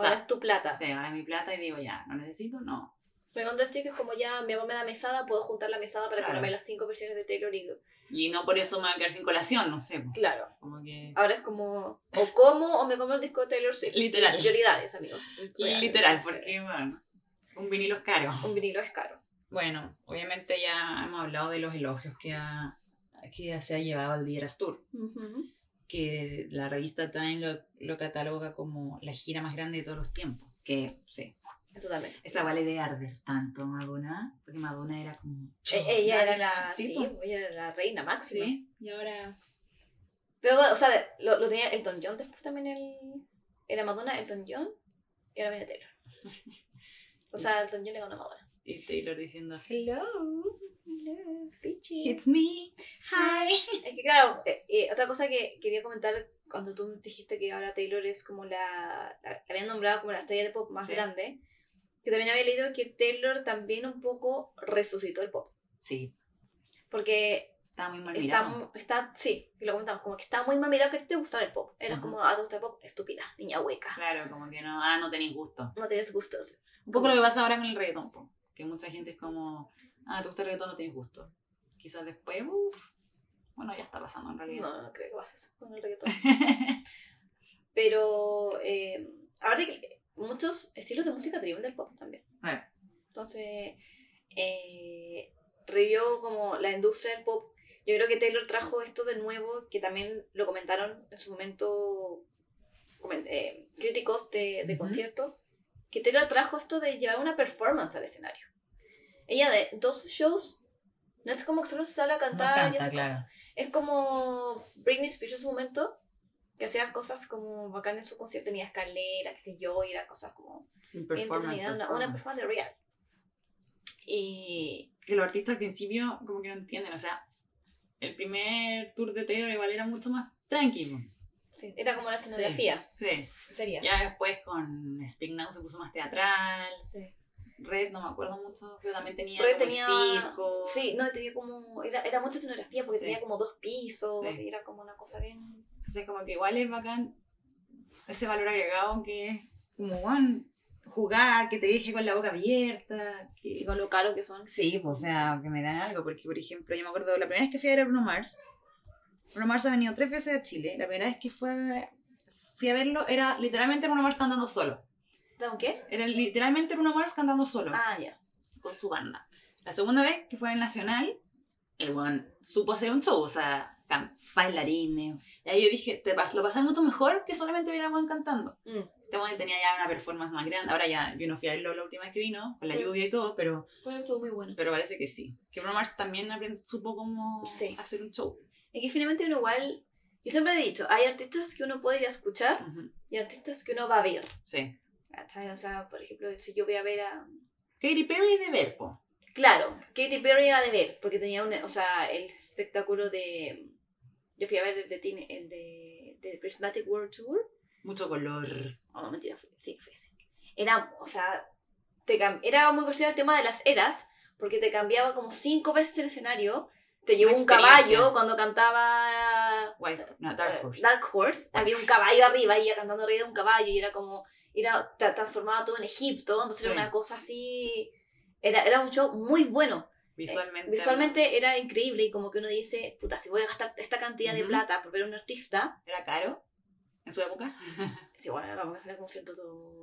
[SPEAKER 2] sea,
[SPEAKER 1] Ahora es tu plata.
[SPEAKER 2] sí, ahora es mi plata y digo, ya, no necesito, no.
[SPEAKER 1] Me encontraste que es como ya mi mamá me da mesada, puedo juntar la mesada para
[SPEAKER 2] Claro.
[SPEAKER 1] comprarme las cinco versiones de Taylor y
[SPEAKER 2] Y no por eso me voy a quedar sin colación, no sé. po.
[SPEAKER 1] claro.
[SPEAKER 2] Como que.
[SPEAKER 1] Ahora es como o como o me compro el disco de Taylor Swift.
[SPEAKER 2] Literal.
[SPEAKER 1] Prioridades, amigos.
[SPEAKER 2] Literal,
[SPEAKER 1] Entonces,
[SPEAKER 2] porque, bueno, un vinilo es caro.
[SPEAKER 1] un vinilo es caro.
[SPEAKER 2] Bueno, obviamente ya hemos hablado de los elogios que, ha- que se ha llevado al Dieras Tour, que la revista Time lo, lo cataloga como la gira más grande de todos los tiempos. Que sí,
[SPEAKER 1] Totalmente.
[SPEAKER 2] esa vale de arder tanto a Madonna, porque Madonna era como.
[SPEAKER 1] E- Ella era la,
[SPEAKER 2] Sí,
[SPEAKER 1] sí, pues.
[SPEAKER 2] po.
[SPEAKER 1] ella era la reina máxima.
[SPEAKER 2] Sí, y ahora.
[SPEAKER 1] Pero bueno, o sea, de- lo, lo tenía Elton John después también el... Era Madonna, Elton John y ahora viene Taylor. O sea, Elton John le ganó a Madonna.
[SPEAKER 2] Y Taylor diciendo:
[SPEAKER 1] Hello, hello, bitches.
[SPEAKER 2] It's me, hi.
[SPEAKER 1] Es que claro, eh, eh, otra cosa que quería comentar cuando tú dijiste que ahora Taylor es como la... la- la habían nombrado como la estrella de pop más
[SPEAKER 2] Sí.
[SPEAKER 1] grande. Que también había leído que Taylor también un poco resucitó el pop.
[SPEAKER 2] Sí,
[SPEAKER 1] Porque
[SPEAKER 2] estaba muy mal
[SPEAKER 1] está,
[SPEAKER 2] mirado.
[SPEAKER 1] mu- está, sí, y lo comentamos, como que está muy mal mirado que a ti te gusta el pop. Eras
[SPEAKER 2] Ajá.
[SPEAKER 1] como, ah, te gusta el pop, estúpida, niña hueca,
[SPEAKER 2] Claro, como que no, ah, no tenéis gusto.
[SPEAKER 1] no tienes gustos.
[SPEAKER 2] Un poco lo que pasa ahora con el reggaetón, po, que mucha gente es como, ah, te gusta el reggaetón, no tienes gusto. Quizás después, uff, bueno, ya está pasando en realidad.
[SPEAKER 1] No, no creo que pase eso con el reggaetón. Pero eh, ahora que- muchos estilos de música derivan del pop también.
[SPEAKER 2] Eh.
[SPEAKER 1] Entonces, eh, revivió como la industria del pop. Yo creo que Taylor trajo esto de nuevo, que también lo comentaron en su momento comen- eh, críticos de, de
[SPEAKER 2] Ujú.
[SPEAKER 1] conciertos, que Taylor trajo esto de llevar una performance al escenario. Ella de todos sus shows, no es como que solo se sale a cantar y esas cosas. Es como Britney Spears en su momento, que hacía cosas como bacán en su concierto, tenía escaleras, qué sé yo, y era cosas como
[SPEAKER 2] Un
[SPEAKER 1] bien
[SPEAKER 2] Performance,
[SPEAKER 1] entretenidas, una,
[SPEAKER 2] performance.
[SPEAKER 1] una performance real. Y
[SPEAKER 2] Que los artistas al principio como que no entienden, o sea, el primer tour de Taylor igual era mucho más tranquilo.
[SPEAKER 1] sí, era como la escenografía,
[SPEAKER 2] Sí.
[SPEAKER 1] sería.
[SPEAKER 2] Ya después con Speak Now se puso más teatral,
[SPEAKER 1] Sí.
[SPEAKER 2] Red no me acuerdo mucho, pero también tenía
[SPEAKER 1] Red
[SPEAKER 2] como el
[SPEAKER 1] tenía-
[SPEAKER 2] circo.
[SPEAKER 1] Sí, no, tenía como, era, era mucha escenografía porque
[SPEAKER 2] Sí.
[SPEAKER 1] tenía como dos pisos
[SPEAKER 2] Sí.
[SPEAKER 1] y era como una cosa bien...
[SPEAKER 2] Entonces, como que igual es bacán ese valor agregado que es como, bueno, jugar, que te deje con la boca abierta,
[SPEAKER 1] Y
[SPEAKER 2] que...
[SPEAKER 1] con lo caro que son.
[SPEAKER 2] Sí, pues, o sea, que me dan algo, porque por ejemplo, yo me acuerdo, la primera vez que fui a ver a Bruno Mars, Bruno Mars ha venido tres veces a Chile, la primera vez que fue a ver- fui a verlo era literalmente Bruno Mars cantando solo,
[SPEAKER 1] ¿Tengo qué?
[SPEAKER 2] era literalmente Bruno Mars cantando solo,
[SPEAKER 1] Ah, ya.
[SPEAKER 2] con su banda. La segunda vez que fue en el Nacional, el weón supo hacer un show, o sea, can- bailarines, y ahí yo dije, te pas- lo pasas mucho mejor que solamente ver a weón cantando.
[SPEAKER 1] Mm.
[SPEAKER 2] Este weón tenía ya una performance más grande. Ahora ya, yo no fui a verlo la última vez que vino, con la
[SPEAKER 1] Mm.
[SPEAKER 2] lluvia y todo, pero,
[SPEAKER 1] Bueno, estuvo muy bueno.
[SPEAKER 2] pero parece que sí. Que Bruno Mars también aprend- supo cómo
[SPEAKER 1] Sí.
[SPEAKER 2] hacer un show.
[SPEAKER 1] Es que finalmente uno igual. Yo siempre he dicho, hay artistas que uno puede ir a escuchar
[SPEAKER 2] Ujú.
[SPEAKER 1] y artistas que uno va a ver.
[SPEAKER 2] Sí.
[SPEAKER 1] ¿Cachai? O sea, por ejemplo, si yo voy a ver a.
[SPEAKER 2] Katy Perry de Verpo.
[SPEAKER 1] Claro, Katy Perry era de ver, porque tenía un. O sea, el espectáculo de. Yo fui a ver el de, Teen- el de, de Prismatic World Tour.
[SPEAKER 2] Mucho color.
[SPEAKER 1] Oh, no, mentira, fue- sí, fue ese. Era, o sea, te cam- era muy parecido al tema de las eras, porque te cambiaba como cinco veces el escenario. Te llevó
[SPEAKER 2] Una
[SPEAKER 1] un
[SPEAKER 2] experiencia.
[SPEAKER 1] caballo cuando cantaba
[SPEAKER 2] White, no, Dark Horse.
[SPEAKER 1] Eh, Dark Horse.
[SPEAKER 2] Dark.
[SPEAKER 1] Había un caballo arriba y ella cantando arriba de un caballo y era como, era tra- transformaba todo en Egipto, entonces era
[SPEAKER 2] Sí.
[SPEAKER 1] una cosa así, era, era un show muy bueno.
[SPEAKER 2] Visualmente.
[SPEAKER 1] eh, Visualmente era increíble y como que uno dice, puta, si voy a gastar esta cantidad de
[SPEAKER 2] Ujú.
[SPEAKER 1] plata por ver a un artista,
[SPEAKER 2] Era caro en su época.
[SPEAKER 1] Sí, bueno, era como hacer como cierto...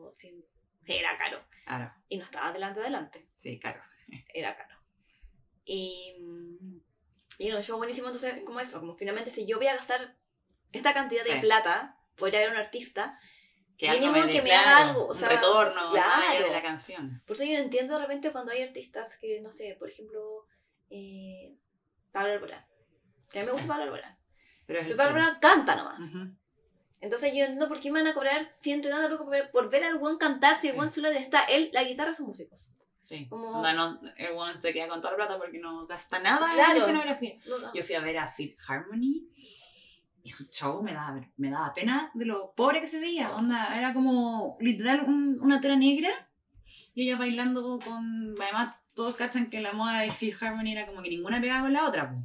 [SPEAKER 1] sí, Era caro.
[SPEAKER 2] Claro.
[SPEAKER 1] Y no estaba adelante, adelante.
[SPEAKER 2] Sí, caro.
[SPEAKER 1] Era caro. Y. mm, Y era un show buenísimo, entonces, como eso, como finalmente, si yo voy a gastar esta cantidad de
[SPEAKER 2] Sí.
[SPEAKER 1] plata por ir a ver a un artista,
[SPEAKER 2] algo
[SPEAKER 1] Mínimo
[SPEAKER 2] dé,
[SPEAKER 1] que me haga
[SPEAKER 2] claro,
[SPEAKER 1] algo, o sea,
[SPEAKER 2] un retorno
[SPEAKER 1] claro.
[SPEAKER 2] más allá de la canción.
[SPEAKER 1] por eso yo no entiendo de repente cuando hay artistas que, no sé, por ejemplo, eh, Pablo Alborán. Que a mí me gusta Pablo Alborán.
[SPEAKER 2] Pero es el
[SPEAKER 1] Pero Pablo
[SPEAKER 2] solo.
[SPEAKER 1] Alborán canta nomás.
[SPEAKER 2] Ujú.
[SPEAKER 1] Entonces yo entiendo por qué me van a cobrar ciento y tanto lucas por ver- por ver al buen cantar si el buen solo está él, la guitarra, son músicos.
[SPEAKER 2] Sí.
[SPEAKER 1] Como-
[SPEAKER 2] Onda, no, el weón se queda con toda la plata porque no gasta nada en
[SPEAKER 1] Claro.
[SPEAKER 2] la escenografía.
[SPEAKER 1] No, no.
[SPEAKER 2] Yo fui a ver a Fit Harmony y su show me daba, me daba pena de lo pobre que se veía. Onda, era como literal un- una tela negra y ella bailando con. Además, todos cachan que la moda de Fit Harmony era como que ninguna pegaba con la otra. po.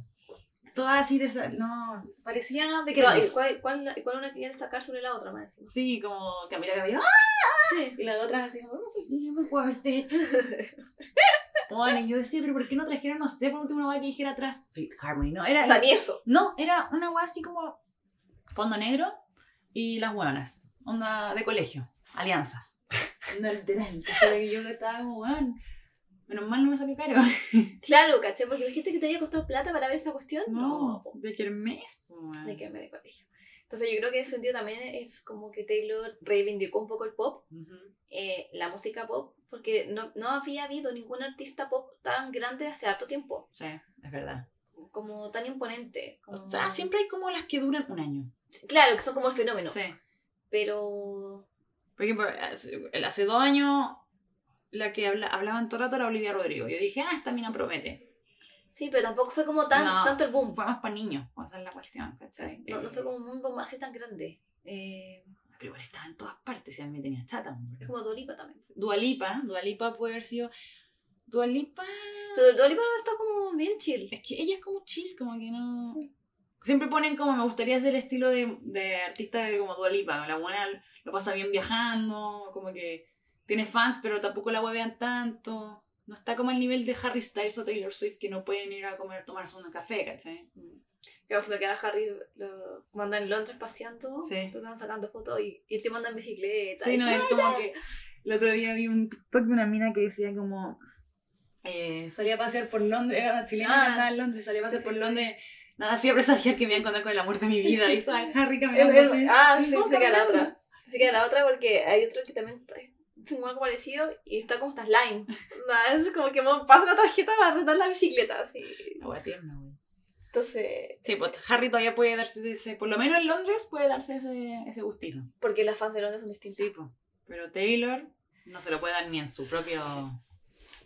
[SPEAKER 2] Todas así de esa- No, parecía de que.
[SPEAKER 1] No, ¿y cuál, cuál, y cuál una quería destacar sobre la otra, más encima?
[SPEAKER 2] Sí, como Camila Cabello.
[SPEAKER 1] Sí.
[SPEAKER 2] Y las otras así,
[SPEAKER 1] "Oh".
[SPEAKER 2] ¡ay, me guardé! Bueno, y yo decía, pero ¿por qué no trajeron, no sé, por último una weá que dijera atrás? Fifth Harmony, no, era...
[SPEAKER 1] O sea, ni eso.
[SPEAKER 2] no, era una weá así como fondo negro y las hueonas, onda de colegio, alianzas. No, literal, pero yo que estaba como, weón, menos mal no me salió caro.
[SPEAKER 1] Claro, caché, porque dijiste que te había costado plata para ver esa cuestión.
[SPEAKER 2] No,
[SPEAKER 1] po,
[SPEAKER 2] de kermés, po, weón.
[SPEAKER 1] de quedarme de colegio. Entonces, yo creo que en ese sentido también es como que Taylor reivindicó un poco el pop,
[SPEAKER 2] Ujú.
[SPEAKER 1] eh, la música pop, porque no, no había habido ningún artista pop tan grande hace harto tiempo,
[SPEAKER 2] Sí, es verdad.
[SPEAKER 1] como tan imponente.
[SPEAKER 2] O
[SPEAKER 1] como-
[SPEAKER 2] sea, siempre hay como las que duran un año.
[SPEAKER 1] Claro, que son como el fenómeno.
[SPEAKER 2] Sí.
[SPEAKER 1] Pero.
[SPEAKER 2] Por ejemplo, hace, el- hace dos años la que habla, hablaba en todo rato era Olivia Rodrigo. Yo dije, ah, esta mina promete.
[SPEAKER 1] Sí, pero tampoco fue como tan,
[SPEAKER 2] No.
[SPEAKER 1] tanto el boom.
[SPEAKER 2] Fue más para niños, o sea, es la cuestión, ¿cachai?
[SPEAKER 1] No, no fue
[SPEAKER 2] Eh,
[SPEAKER 1] como un boom así tan grande. Eh,
[SPEAKER 2] Pero igual estaba en todas partes, si a mí me tenía chata. hombre.
[SPEAKER 1] es como Dolipa también.
[SPEAKER 2] Dualipa, Dualipa puede haber sido... Dualipa...
[SPEAKER 1] Pero Dolly Parton está como bien chill.
[SPEAKER 2] Es que ella es como chill, como que no... Siempre ponen como me gustaría ser el estilo de, de artista de como Dualipa. La buena lo pasa bien viajando, como que tiene fans, pero tampoco la huevean tanto. No está como al nivel de Harry Styles o Taylor Swift que no pueden ir a comer, tomarse un café, ¿cachai?
[SPEAKER 1] Claro, si me queda Harry, lo mandan en Londres paseando,
[SPEAKER 2] Sí.
[SPEAKER 1] te van sacando fotos y, y te mandan bicicleta.
[SPEAKER 2] Sí,
[SPEAKER 1] y-
[SPEAKER 2] no, es como que el otro día vi un TikTok de una mina que decía como eh, salía a pasear por Londres, era una
[SPEAKER 1] Ah.
[SPEAKER 2] chilena que andaba en Londres, salía a pasear
[SPEAKER 1] Sí,
[SPEAKER 2] por
[SPEAKER 1] sí.
[SPEAKER 2] Londres, nada, hacía presagiar que me iba a encontrar con el amor de mi vida, y estaba Harry
[SPEAKER 1] El-
[SPEAKER 2] caminando
[SPEAKER 1] el-
[SPEAKER 2] así.
[SPEAKER 1] ah, sí,
[SPEAKER 2] No,
[SPEAKER 1] se queda la
[SPEAKER 2] Fernando.
[SPEAKER 1] otra. Se queda la otra porque hay otro que también está- es un algo parecido y está como estas slime. Nada, es como que mo- pasa la tarjeta para rentar la bicicleta, así.
[SPEAKER 2] La wea tierna, wey.
[SPEAKER 1] Entonces,
[SPEAKER 2] Sí, pues Harry todavía puede darse ese, por lo menos en Londres puede darse ese, ese gustito.
[SPEAKER 1] porque las fans de Londres son distintas.
[SPEAKER 2] Sí, pues. Pero Taylor no se lo puede dar ni en su propio...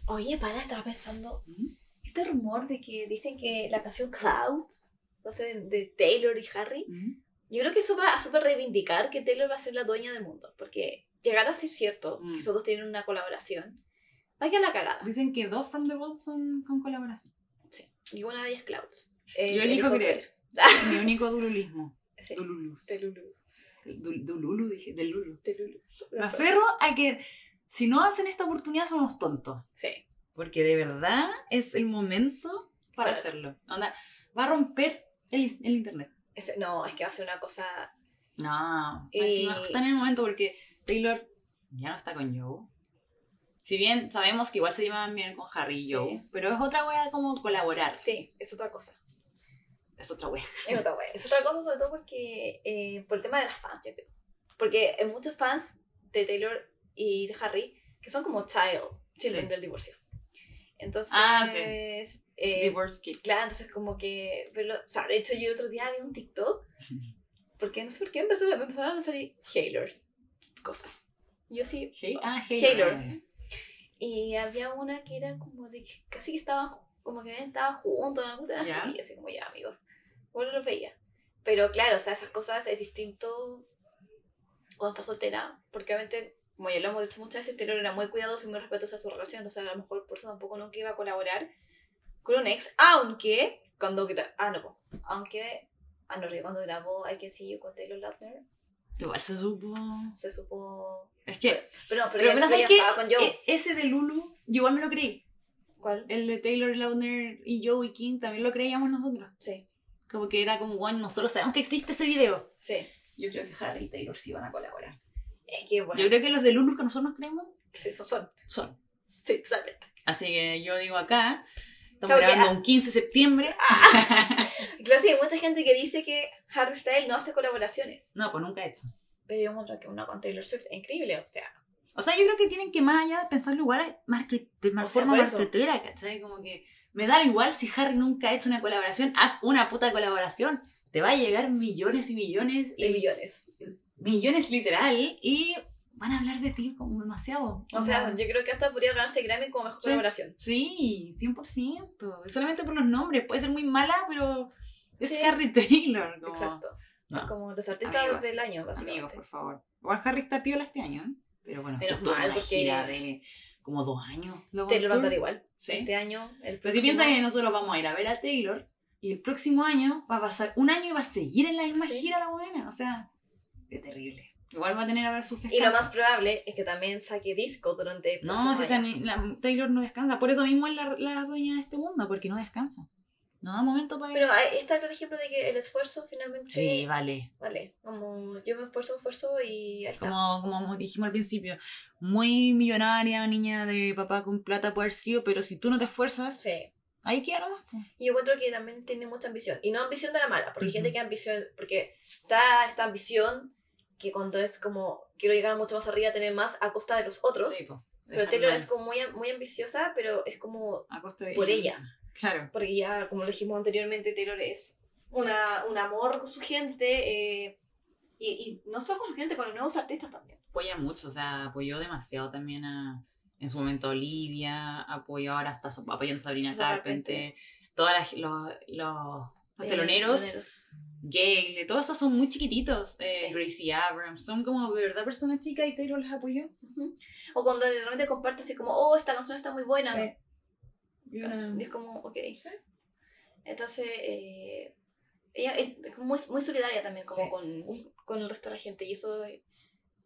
[SPEAKER 1] Oye, para, estaba pensando,
[SPEAKER 2] ¿Mm?
[SPEAKER 1] este rumor de que dicen que la canción Clouds, no sé, de Taylor y Harry, Yo creo que eso va a súper reivindicar que Taylor va a ser la dueña del mundo, porque llegar a ser cierto
[SPEAKER 2] Mm.
[SPEAKER 1] que esos dos tienen una colaboración, va a quedar la cagada.
[SPEAKER 2] Dicen que dos From the Vault son con colaboración.
[SPEAKER 1] Y una de ellas es Clouds. Eh,
[SPEAKER 2] Yo elijo creer. Mi único dululismo.
[SPEAKER 1] Sí.
[SPEAKER 2] Dululus.
[SPEAKER 1] Telulu.
[SPEAKER 2] Del Dululu, dije, del Lulu.
[SPEAKER 1] Telulu.
[SPEAKER 2] Me aferro a que si no hacen esta oportunidad son unos tontos.
[SPEAKER 3] Sí.
[SPEAKER 2] Porque de verdad es el momento para
[SPEAKER 3] Claro.
[SPEAKER 2] hacerlo. Onda, va a romper el, el internet.
[SPEAKER 1] Ese- no, es que va a ser una cosa.
[SPEAKER 2] No,
[SPEAKER 1] Y-
[SPEAKER 2] encima está en el momento porque Taylor ya no está con Joe. Si bien sabemos que igual se llevan bien con Harry y Joe,
[SPEAKER 1] Sí.
[SPEAKER 2] pero es otra wea como colaborar.
[SPEAKER 1] Sí, es otra cosa.
[SPEAKER 2] Es otra wea.
[SPEAKER 1] Es otra wea. Es otra cosa, sobre todo porque. eh, por el tema de las fans, yo creo. Porque hay muchos fans de Taylor y de Harry que son como child, children
[SPEAKER 2] Sí.
[SPEAKER 1] del divorcio. Entonces.
[SPEAKER 2] Ah, sí.
[SPEAKER 1] eh,
[SPEAKER 2] Divorce Kids.
[SPEAKER 1] Claro, entonces como que verlo, o sea, de hecho yo el otro día vi un TikTok, porque no sé por qué empezó, me empezaron a salir Hailers, cosas. Yo sí.
[SPEAKER 2] Hey- ah,
[SPEAKER 1] Taylor.
[SPEAKER 2] Taylor.
[SPEAKER 1] Y había una que era como de que casi que estaban, ju- como que estaban juntos, una puta
[SPEAKER 2] Ya.
[SPEAKER 1] así, y yo así como ya amigos. Bueno, los veía. Pero claro, o sea, esas cosas es distinto cuando estás soltera, porque obviamente, como ya lo hemos dicho muchas veces, Taylor era muy cuidadoso y muy respetuoso a su relación, entonces a lo mejor por eso tampoco nunca iba a colaborar con un ex, aunque cuando gra- ah no, po. aunque ah no, porque cuando grabó I Can See You con Taylor Lautner
[SPEAKER 2] Igual se supo.
[SPEAKER 1] se supo,
[SPEAKER 2] Es que,
[SPEAKER 1] pero no, pero, ya,
[SPEAKER 2] pero, pero
[SPEAKER 1] pero ya
[SPEAKER 2] ¿sabes qué?
[SPEAKER 1] estaba con Joe.
[SPEAKER 2] E- ese de Lulu, yo igual me lo creí.
[SPEAKER 1] ¿Cuál?
[SPEAKER 2] El de Taylor Lautner y Joe y King también lo creíamos nosotros.
[SPEAKER 1] Sí,
[SPEAKER 2] Como que era como, bueno, nosotros sabemos que existe ese video.
[SPEAKER 1] sí.
[SPEAKER 2] Yo creo que Harry y Taylor sí van a colaborar.
[SPEAKER 1] Es que bueno,
[SPEAKER 2] Yo creo que los de Lulu que nosotros nos creemos
[SPEAKER 1] sí, son, son.
[SPEAKER 2] son.
[SPEAKER 1] Sí, exactamente.
[SPEAKER 2] Así que yo digo acá, estamos
[SPEAKER 1] Claro que,
[SPEAKER 2] grabando
[SPEAKER 1] ah.
[SPEAKER 2] un 15 de septiembre.
[SPEAKER 1] Claro, sí, hay mucha gente que dice que Harry Styles no hace colaboraciones.
[SPEAKER 2] No, pues nunca he hecho.
[SPEAKER 1] Pero yo muestro que una con Taylor Swift es increíble, o sea.
[SPEAKER 2] O sea, yo creo que tienen que más allá de pensarlo igual a market, de
[SPEAKER 1] sea,
[SPEAKER 2] forma
[SPEAKER 1] por eso.
[SPEAKER 2] marketera, ¿cachai? Como que me da igual si Harry nunca ha hecho una colaboración, haz una puta colaboración. Te va a llegar millones y millones
[SPEAKER 1] Y
[SPEAKER 2] y
[SPEAKER 1] millones.
[SPEAKER 2] millones literal y van a hablar de ti como demasiado.
[SPEAKER 1] O sea, yo creo que hasta podría ganarse Grammy como mejor
[SPEAKER 2] Sí.
[SPEAKER 1] colaboración.
[SPEAKER 2] Sí, 100%. Solamente por los nombres. Puede ser muy mala, pero es
[SPEAKER 1] Sí.
[SPEAKER 2] Harry Taylor. Como...
[SPEAKER 1] Exacto.
[SPEAKER 2] No.
[SPEAKER 1] Es como los artistas
[SPEAKER 2] Amigos,
[SPEAKER 1] del año, básicamente.
[SPEAKER 2] Amigos, por favor. Igual Harry está piola este año, ¿eh? Pero bueno,
[SPEAKER 1] Menos
[SPEAKER 2] esto tuvo
[SPEAKER 1] mal,
[SPEAKER 2] una
[SPEAKER 1] porque-
[SPEAKER 2] gira de como dos años. Lo
[SPEAKER 1] Taylor va a andar igual.
[SPEAKER 2] Sí.
[SPEAKER 1] Este año, el
[SPEAKER 2] Pero si piensa
[SPEAKER 1] próximo-
[SPEAKER 2] que nosotros vamos a ir a ver a Taylor y el próximo año va a pasar un año y va a seguir en la misma
[SPEAKER 1] Sí.
[SPEAKER 2] gira la buena. O sea, es terrible. Igual va a tener ahora sus
[SPEAKER 1] Y lo
[SPEAKER 2] descansos.
[SPEAKER 1] más probable es que también saque disco durante. el
[SPEAKER 2] No,
[SPEAKER 1] próximo
[SPEAKER 2] si
[SPEAKER 1] año.
[SPEAKER 2] esa ni- la- Taylor no descansa. Por eso mismo es la, la dueña de este mundo, porque no descansa. No da momento para ir.
[SPEAKER 1] Pero ahí está el ejemplo de que el esfuerzo finalmente.
[SPEAKER 2] Sí, vale.
[SPEAKER 1] Vale, como yo me esfuerzo, esfuerzo y ahí está.
[SPEAKER 2] Como, como dijimos al principio, muy millonaria, niña de papá con plata puede haber sido, pero si tú no te esfuerzas,
[SPEAKER 1] Sí.
[SPEAKER 2] ahí queda nomás. po.
[SPEAKER 1] Y yo encuentro que también tiene mucha ambición. Y no ambición de la mala, porque hay gente
[SPEAKER 2] Ujú.
[SPEAKER 1] que ambición. Porque está esta ambición que cuando es como quiero llegar mucho más arriba, tener más a costa de los otros.
[SPEAKER 2] Sí, po.
[SPEAKER 1] pero Taylor es como muy, muy ambiciosa, pero es como.
[SPEAKER 2] A costa de-
[SPEAKER 1] por ella.
[SPEAKER 2] Claro.
[SPEAKER 1] Porque ya, como lo dijimos anteriormente, Taylor es una, un amor con su gente. eh, y, y no solo con su gente, con los nuevos artistas también.
[SPEAKER 2] apoya mucho, o sea, apoyó demasiado también a, en su momento a Olivia, apoyó ahora está so- apoyando a Sabrina
[SPEAKER 1] De
[SPEAKER 2] Carpenter, todos los, los, los teloneros,
[SPEAKER 1] Eh,
[SPEAKER 2] Gale, todos esos son muy chiquititos, eh,
[SPEAKER 1] Sí.
[SPEAKER 2] Gracie Abrams, son como de verdad personas chicas y Taylor las apoyó.
[SPEAKER 1] O cuando realmente comparte así como, oh, esta canción está muy buena.
[SPEAKER 2] Sí. Y una-
[SPEAKER 1] Y es como, ok. Entonces, eh, ella es es muy, muy solidaria también como
[SPEAKER 2] Sí.
[SPEAKER 1] con, con el resto de la gente y eso eh,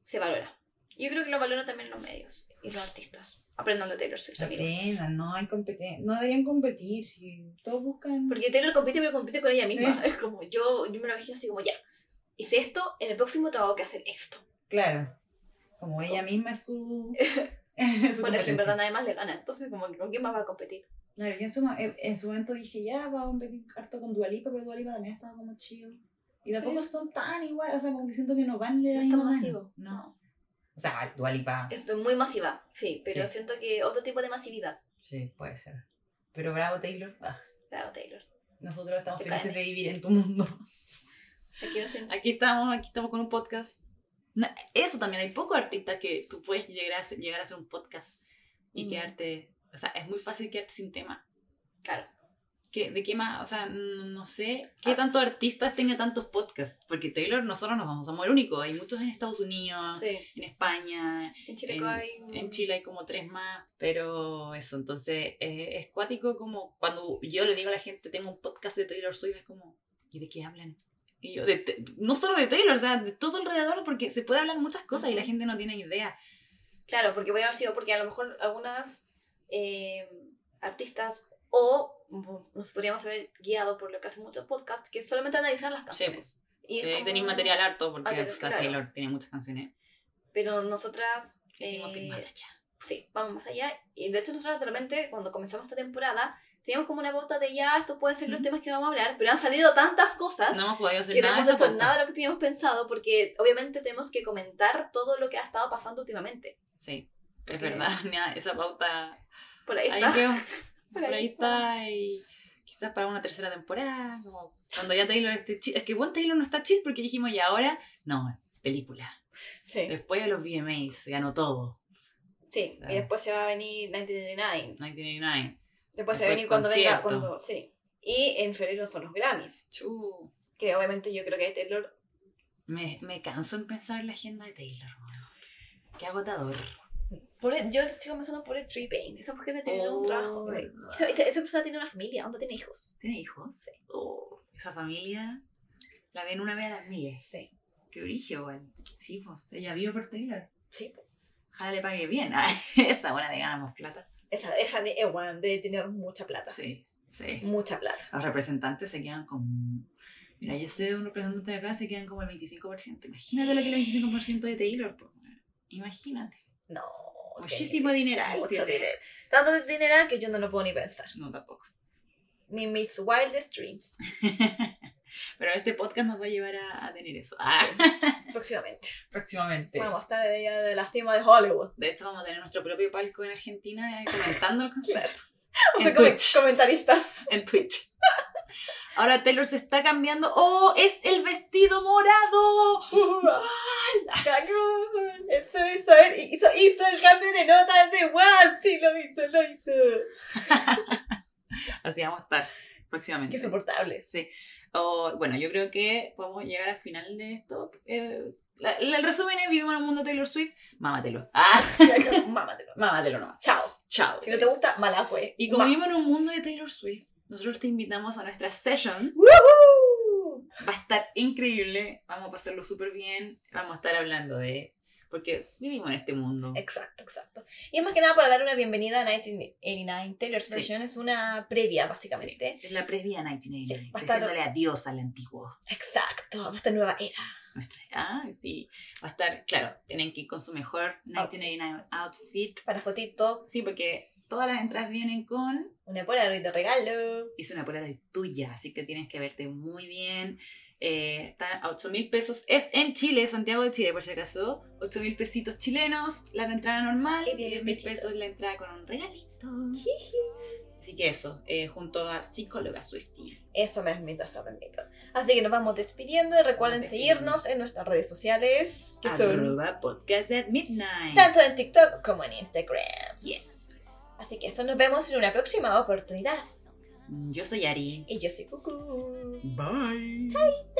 [SPEAKER 1] se valora. Yo creo que lo valora también los medios y los artistas. Aprendan de Taylor Swift también.
[SPEAKER 2] Apenas, no hay competen- no deberían competir, si todos buscan...
[SPEAKER 1] Porque Taylor compite, pero compite con ella
[SPEAKER 2] Sí.
[SPEAKER 1] misma. Es como, yo, yo me lo imagino así como, ya, hice esto, en el próximo tengo que hacer esto.
[SPEAKER 2] Claro, como ella misma es su...
[SPEAKER 1] bueno, es que en
[SPEAKER 2] su competencia.
[SPEAKER 1] verdad nadie más le gana, entonces como, que ¿con quién más va a competir?
[SPEAKER 2] Claro, yo en su, mo- en en su momento dije, ya, va a competir harto con Dualipa, pero Dualipa también estaba como chill. Y tampoco son tan igual, o sea, como que siento que no van de
[SPEAKER 1] No
[SPEAKER 2] la
[SPEAKER 1] es tan
[SPEAKER 2] misma mano.
[SPEAKER 1] masivo.
[SPEAKER 2] No. O sea, Dualipa,
[SPEAKER 1] Esto es muy masiva, sí, pero
[SPEAKER 2] Sí.
[SPEAKER 1] siento que otro tipo de masividad.
[SPEAKER 2] sí, puede ser. Pero bravo, Taylor. ah,
[SPEAKER 1] Claro, Taylor.
[SPEAKER 2] nosotros estamos
[SPEAKER 1] Te
[SPEAKER 2] felices
[SPEAKER 1] caen.
[SPEAKER 2] de vivir en tu mundo.
[SPEAKER 1] Aquí no se-
[SPEAKER 2] Aquí estamos, aquí estamos con un podcast. Na- Eso también, hay pocos artistas que tú puedes llegar a, hacer- llegar a hacer un podcast y
[SPEAKER 1] Mm.
[SPEAKER 2] quedarte, o sea, es muy fácil quedarte sin tema.
[SPEAKER 1] Claro.
[SPEAKER 2] ¿Qué- ¿De qué más? O sea, n- no sé qué
[SPEAKER 1] Ah.
[SPEAKER 2] tantos artistas tenga tantos podcasts. Porque Taylor, nosotros no somos- somos el único. Hay muchos en Estados Unidos,
[SPEAKER 1] Sí.
[SPEAKER 2] en España,
[SPEAKER 1] En Chile
[SPEAKER 2] En-
[SPEAKER 1] hay un-
[SPEAKER 2] en Chile hay como tres más. Pero eso, entonces eh, es cuático como cuando yo le digo a la gente, tengo un podcast de Taylor Swift, es como, ¿y de qué hablan? Y yo, de te- no solo de Taylor, o sea, de todo alrededor, porque se puede hablar muchas cosas y la gente no tiene idea.
[SPEAKER 1] Claro, porque voy a haber sido porque a lo mejor algunas eh, artistas o mm, nos podríamos haber guiado por lo que hacen muchos podcasts, que es solamente analizar las
[SPEAKER 2] Sí,
[SPEAKER 1] canciones. y es
[SPEAKER 2] Eh,
[SPEAKER 1] como-
[SPEAKER 2] tenéis material harto porque
[SPEAKER 1] Ah, pero
[SPEAKER 2] pues, la
[SPEAKER 1] claro.
[SPEAKER 2] Taylor tiene muchas canciones.
[SPEAKER 1] Pero nosotras...
[SPEAKER 2] Quisimos ir
[SPEAKER 1] eh,
[SPEAKER 2] más allá.
[SPEAKER 1] sí, vamos más allá. Y de hecho, nosotros realmente, cuando comenzamos esta temporada, teníamos como una bota de ya, estos pueden ser los
[SPEAKER 2] Ujú.
[SPEAKER 1] temas que vamos a hablar, pero han salido tantas cosas
[SPEAKER 2] No hemos podido hacer
[SPEAKER 1] Ah, que no
[SPEAKER 2] nada. de
[SPEAKER 1] hemos
[SPEAKER 2] esa
[SPEAKER 1] hecho
[SPEAKER 2] pauta.
[SPEAKER 1] nada de lo que teníamos pensado, porque obviamente tenemos que comentar todo lo que ha estado pasando últimamente.
[SPEAKER 2] Sí,
[SPEAKER 1] Porque-
[SPEAKER 2] es verdad. nada, esa pauta
[SPEAKER 1] Por ahí
[SPEAKER 2] Ahí
[SPEAKER 1] está.
[SPEAKER 2] quedó. Por ahí está. Y quizás para una tercera temporada. como cuando ya Taylor esté chill. Es que bueno, Taylor no está chill porque dijimos, y ahora, no, película.
[SPEAKER 1] Sí.
[SPEAKER 2] Después de los VMAs, ganó todo.
[SPEAKER 1] sí.
[SPEAKER 2] Claro.
[SPEAKER 1] Y después se va a venir 1999.
[SPEAKER 2] 1999.
[SPEAKER 1] Después se
[SPEAKER 2] Después
[SPEAKER 1] va a venir cuando venga,
[SPEAKER 2] concierto.
[SPEAKER 1] cuando... Sí. Y en febrero son los Grammys,
[SPEAKER 2] Chu.
[SPEAKER 1] que obviamente yo creo que Taylor...
[SPEAKER 2] Me, me canso en pensar en la agenda de Taylor. weón. Qué agotador.
[SPEAKER 1] Por- e, yo sigo pensando por el Tree Pain. Esa mujer tiene un
[SPEAKER 2] Oh,
[SPEAKER 1] trabajo. güey.
[SPEAKER 2] verdad.
[SPEAKER 1] Esa, esa- esa persona tiene una familia, ¿dónde tiene hijos?
[SPEAKER 2] ¿Tiene hijos?
[SPEAKER 1] Sí.
[SPEAKER 2] Oh, esa familia la ven una vez a las miles.
[SPEAKER 1] Sí.
[SPEAKER 2] Qué origen, weón. Sí, pues. Ella vive por Taylor.
[SPEAKER 1] Sí.
[SPEAKER 2] Ojalá le pague bien. Ah, esa buena de ganamos plata.
[SPEAKER 1] Esa, esa ni- eh, weón, debe tener mucha plata.
[SPEAKER 2] Sí, sí.
[SPEAKER 1] Mucha plata.
[SPEAKER 2] los representantes se quedan con... Mira, yo sé de un representante de acá, se quedan como el 25%. Imagínate lo que es el 25% de Taylor. po. Imagínate.
[SPEAKER 1] No.
[SPEAKER 2] Muchísimo dineral.
[SPEAKER 1] Mucho
[SPEAKER 2] tiene.
[SPEAKER 1] dinero. Tanto de dinero que yo no lo puedo ni pensar.
[SPEAKER 2] No, tampoco.
[SPEAKER 1] Ni mis wildest dreams.
[SPEAKER 2] Pero este podcast nos va a llevar a, a tener eso. Ah,
[SPEAKER 1] Próximamente.
[SPEAKER 2] próximamente.
[SPEAKER 1] Vamos a estar allá de la cima de Hollywood.
[SPEAKER 2] De hecho, vamos a tener nuestro propio palco en Argentina eh, comentando el concierto.
[SPEAKER 1] O
[SPEAKER 2] En
[SPEAKER 1] sea, como
[SPEAKER 2] Twitch.
[SPEAKER 1] comentaristas.
[SPEAKER 2] En Twitch. Ahora Taylor se está cambiando. ¡Oh! ¡Es el vestido morado!
[SPEAKER 1] Cagón. Eso hizo él. Hizo, hizo el cambio de nota de One. Sí, lo hizo, lo hizo.
[SPEAKER 2] Así vamos a estar próximamente.
[SPEAKER 1] Qué soportables.
[SPEAKER 2] O, Oh, bueno, yo creo que podemos llegar al final de esto. Eh, la- la- el resumen es vivimos en el mundo Taylor Swift, mámatelo. Ah,
[SPEAKER 1] Mámatelo.
[SPEAKER 2] mámatelo nomás.
[SPEAKER 1] Chao.
[SPEAKER 2] Chao.
[SPEAKER 1] Si no te gusta, mala fue.
[SPEAKER 2] y como
[SPEAKER 1] Ma-
[SPEAKER 2] vivimos en un mundo de Taylor Swift, nosotros te invitamos a nuestra session.
[SPEAKER 1] ¡Woohoo!
[SPEAKER 2] Va a estar increíble, vamos a pasarlo súper bien, vamos a estar hablando de... Porque vivimos en este mundo.
[SPEAKER 1] Exacto, exacto. Y es más que nada para dar una bienvenida a 1989. Taylor's
[SPEAKER 2] Sí.
[SPEAKER 1] Version es una previa,
[SPEAKER 2] Sí,
[SPEAKER 1] básicamente.
[SPEAKER 2] es la previa 1989,
[SPEAKER 1] Sí, va a estar-
[SPEAKER 2] diciéndole adiós al antiguo.
[SPEAKER 1] Exacto, esta nueva era.
[SPEAKER 2] Nuestra, ah, sí. Va a estar, claro, tienen que ir con su mejor 1989 outfit.
[SPEAKER 1] Para fotito,
[SPEAKER 2] Sí, porque todas las entradas vienen con.
[SPEAKER 1] una Polaroid de regalo.
[SPEAKER 2] Hice una polaroid tuya, así que tienes que verte muy bien. Eh, está a 8 mil pesos. Es en Chile, Santiago de Chile, por si acaso. 8 mil pesitos chilenos, la de entrada normal.
[SPEAKER 1] Y
[SPEAKER 2] Y
[SPEAKER 1] diez
[SPEAKER 2] 10 mil
[SPEAKER 1] pesitos.
[SPEAKER 2] pesos la entrada con un regalito. Así que eso, eh, junto a psicóloga Swifty.
[SPEAKER 1] Eso me admito, eso me admito. Así que nos vamos despidiendo. y Recuerden
[SPEAKER 2] Nos despedimos.
[SPEAKER 1] seguirnos en nuestras redes sociales, que son
[SPEAKER 2] Arroba podcast at midnight.
[SPEAKER 1] tanto en TikTok como en Instagram.
[SPEAKER 2] Yes.
[SPEAKER 1] Así que eso nos vemos en una próxima oportunidad.
[SPEAKER 2] Yo soy Ari.
[SPEAKER 1] Y yo soy Cucú.
[SPEAKER 2] Bye.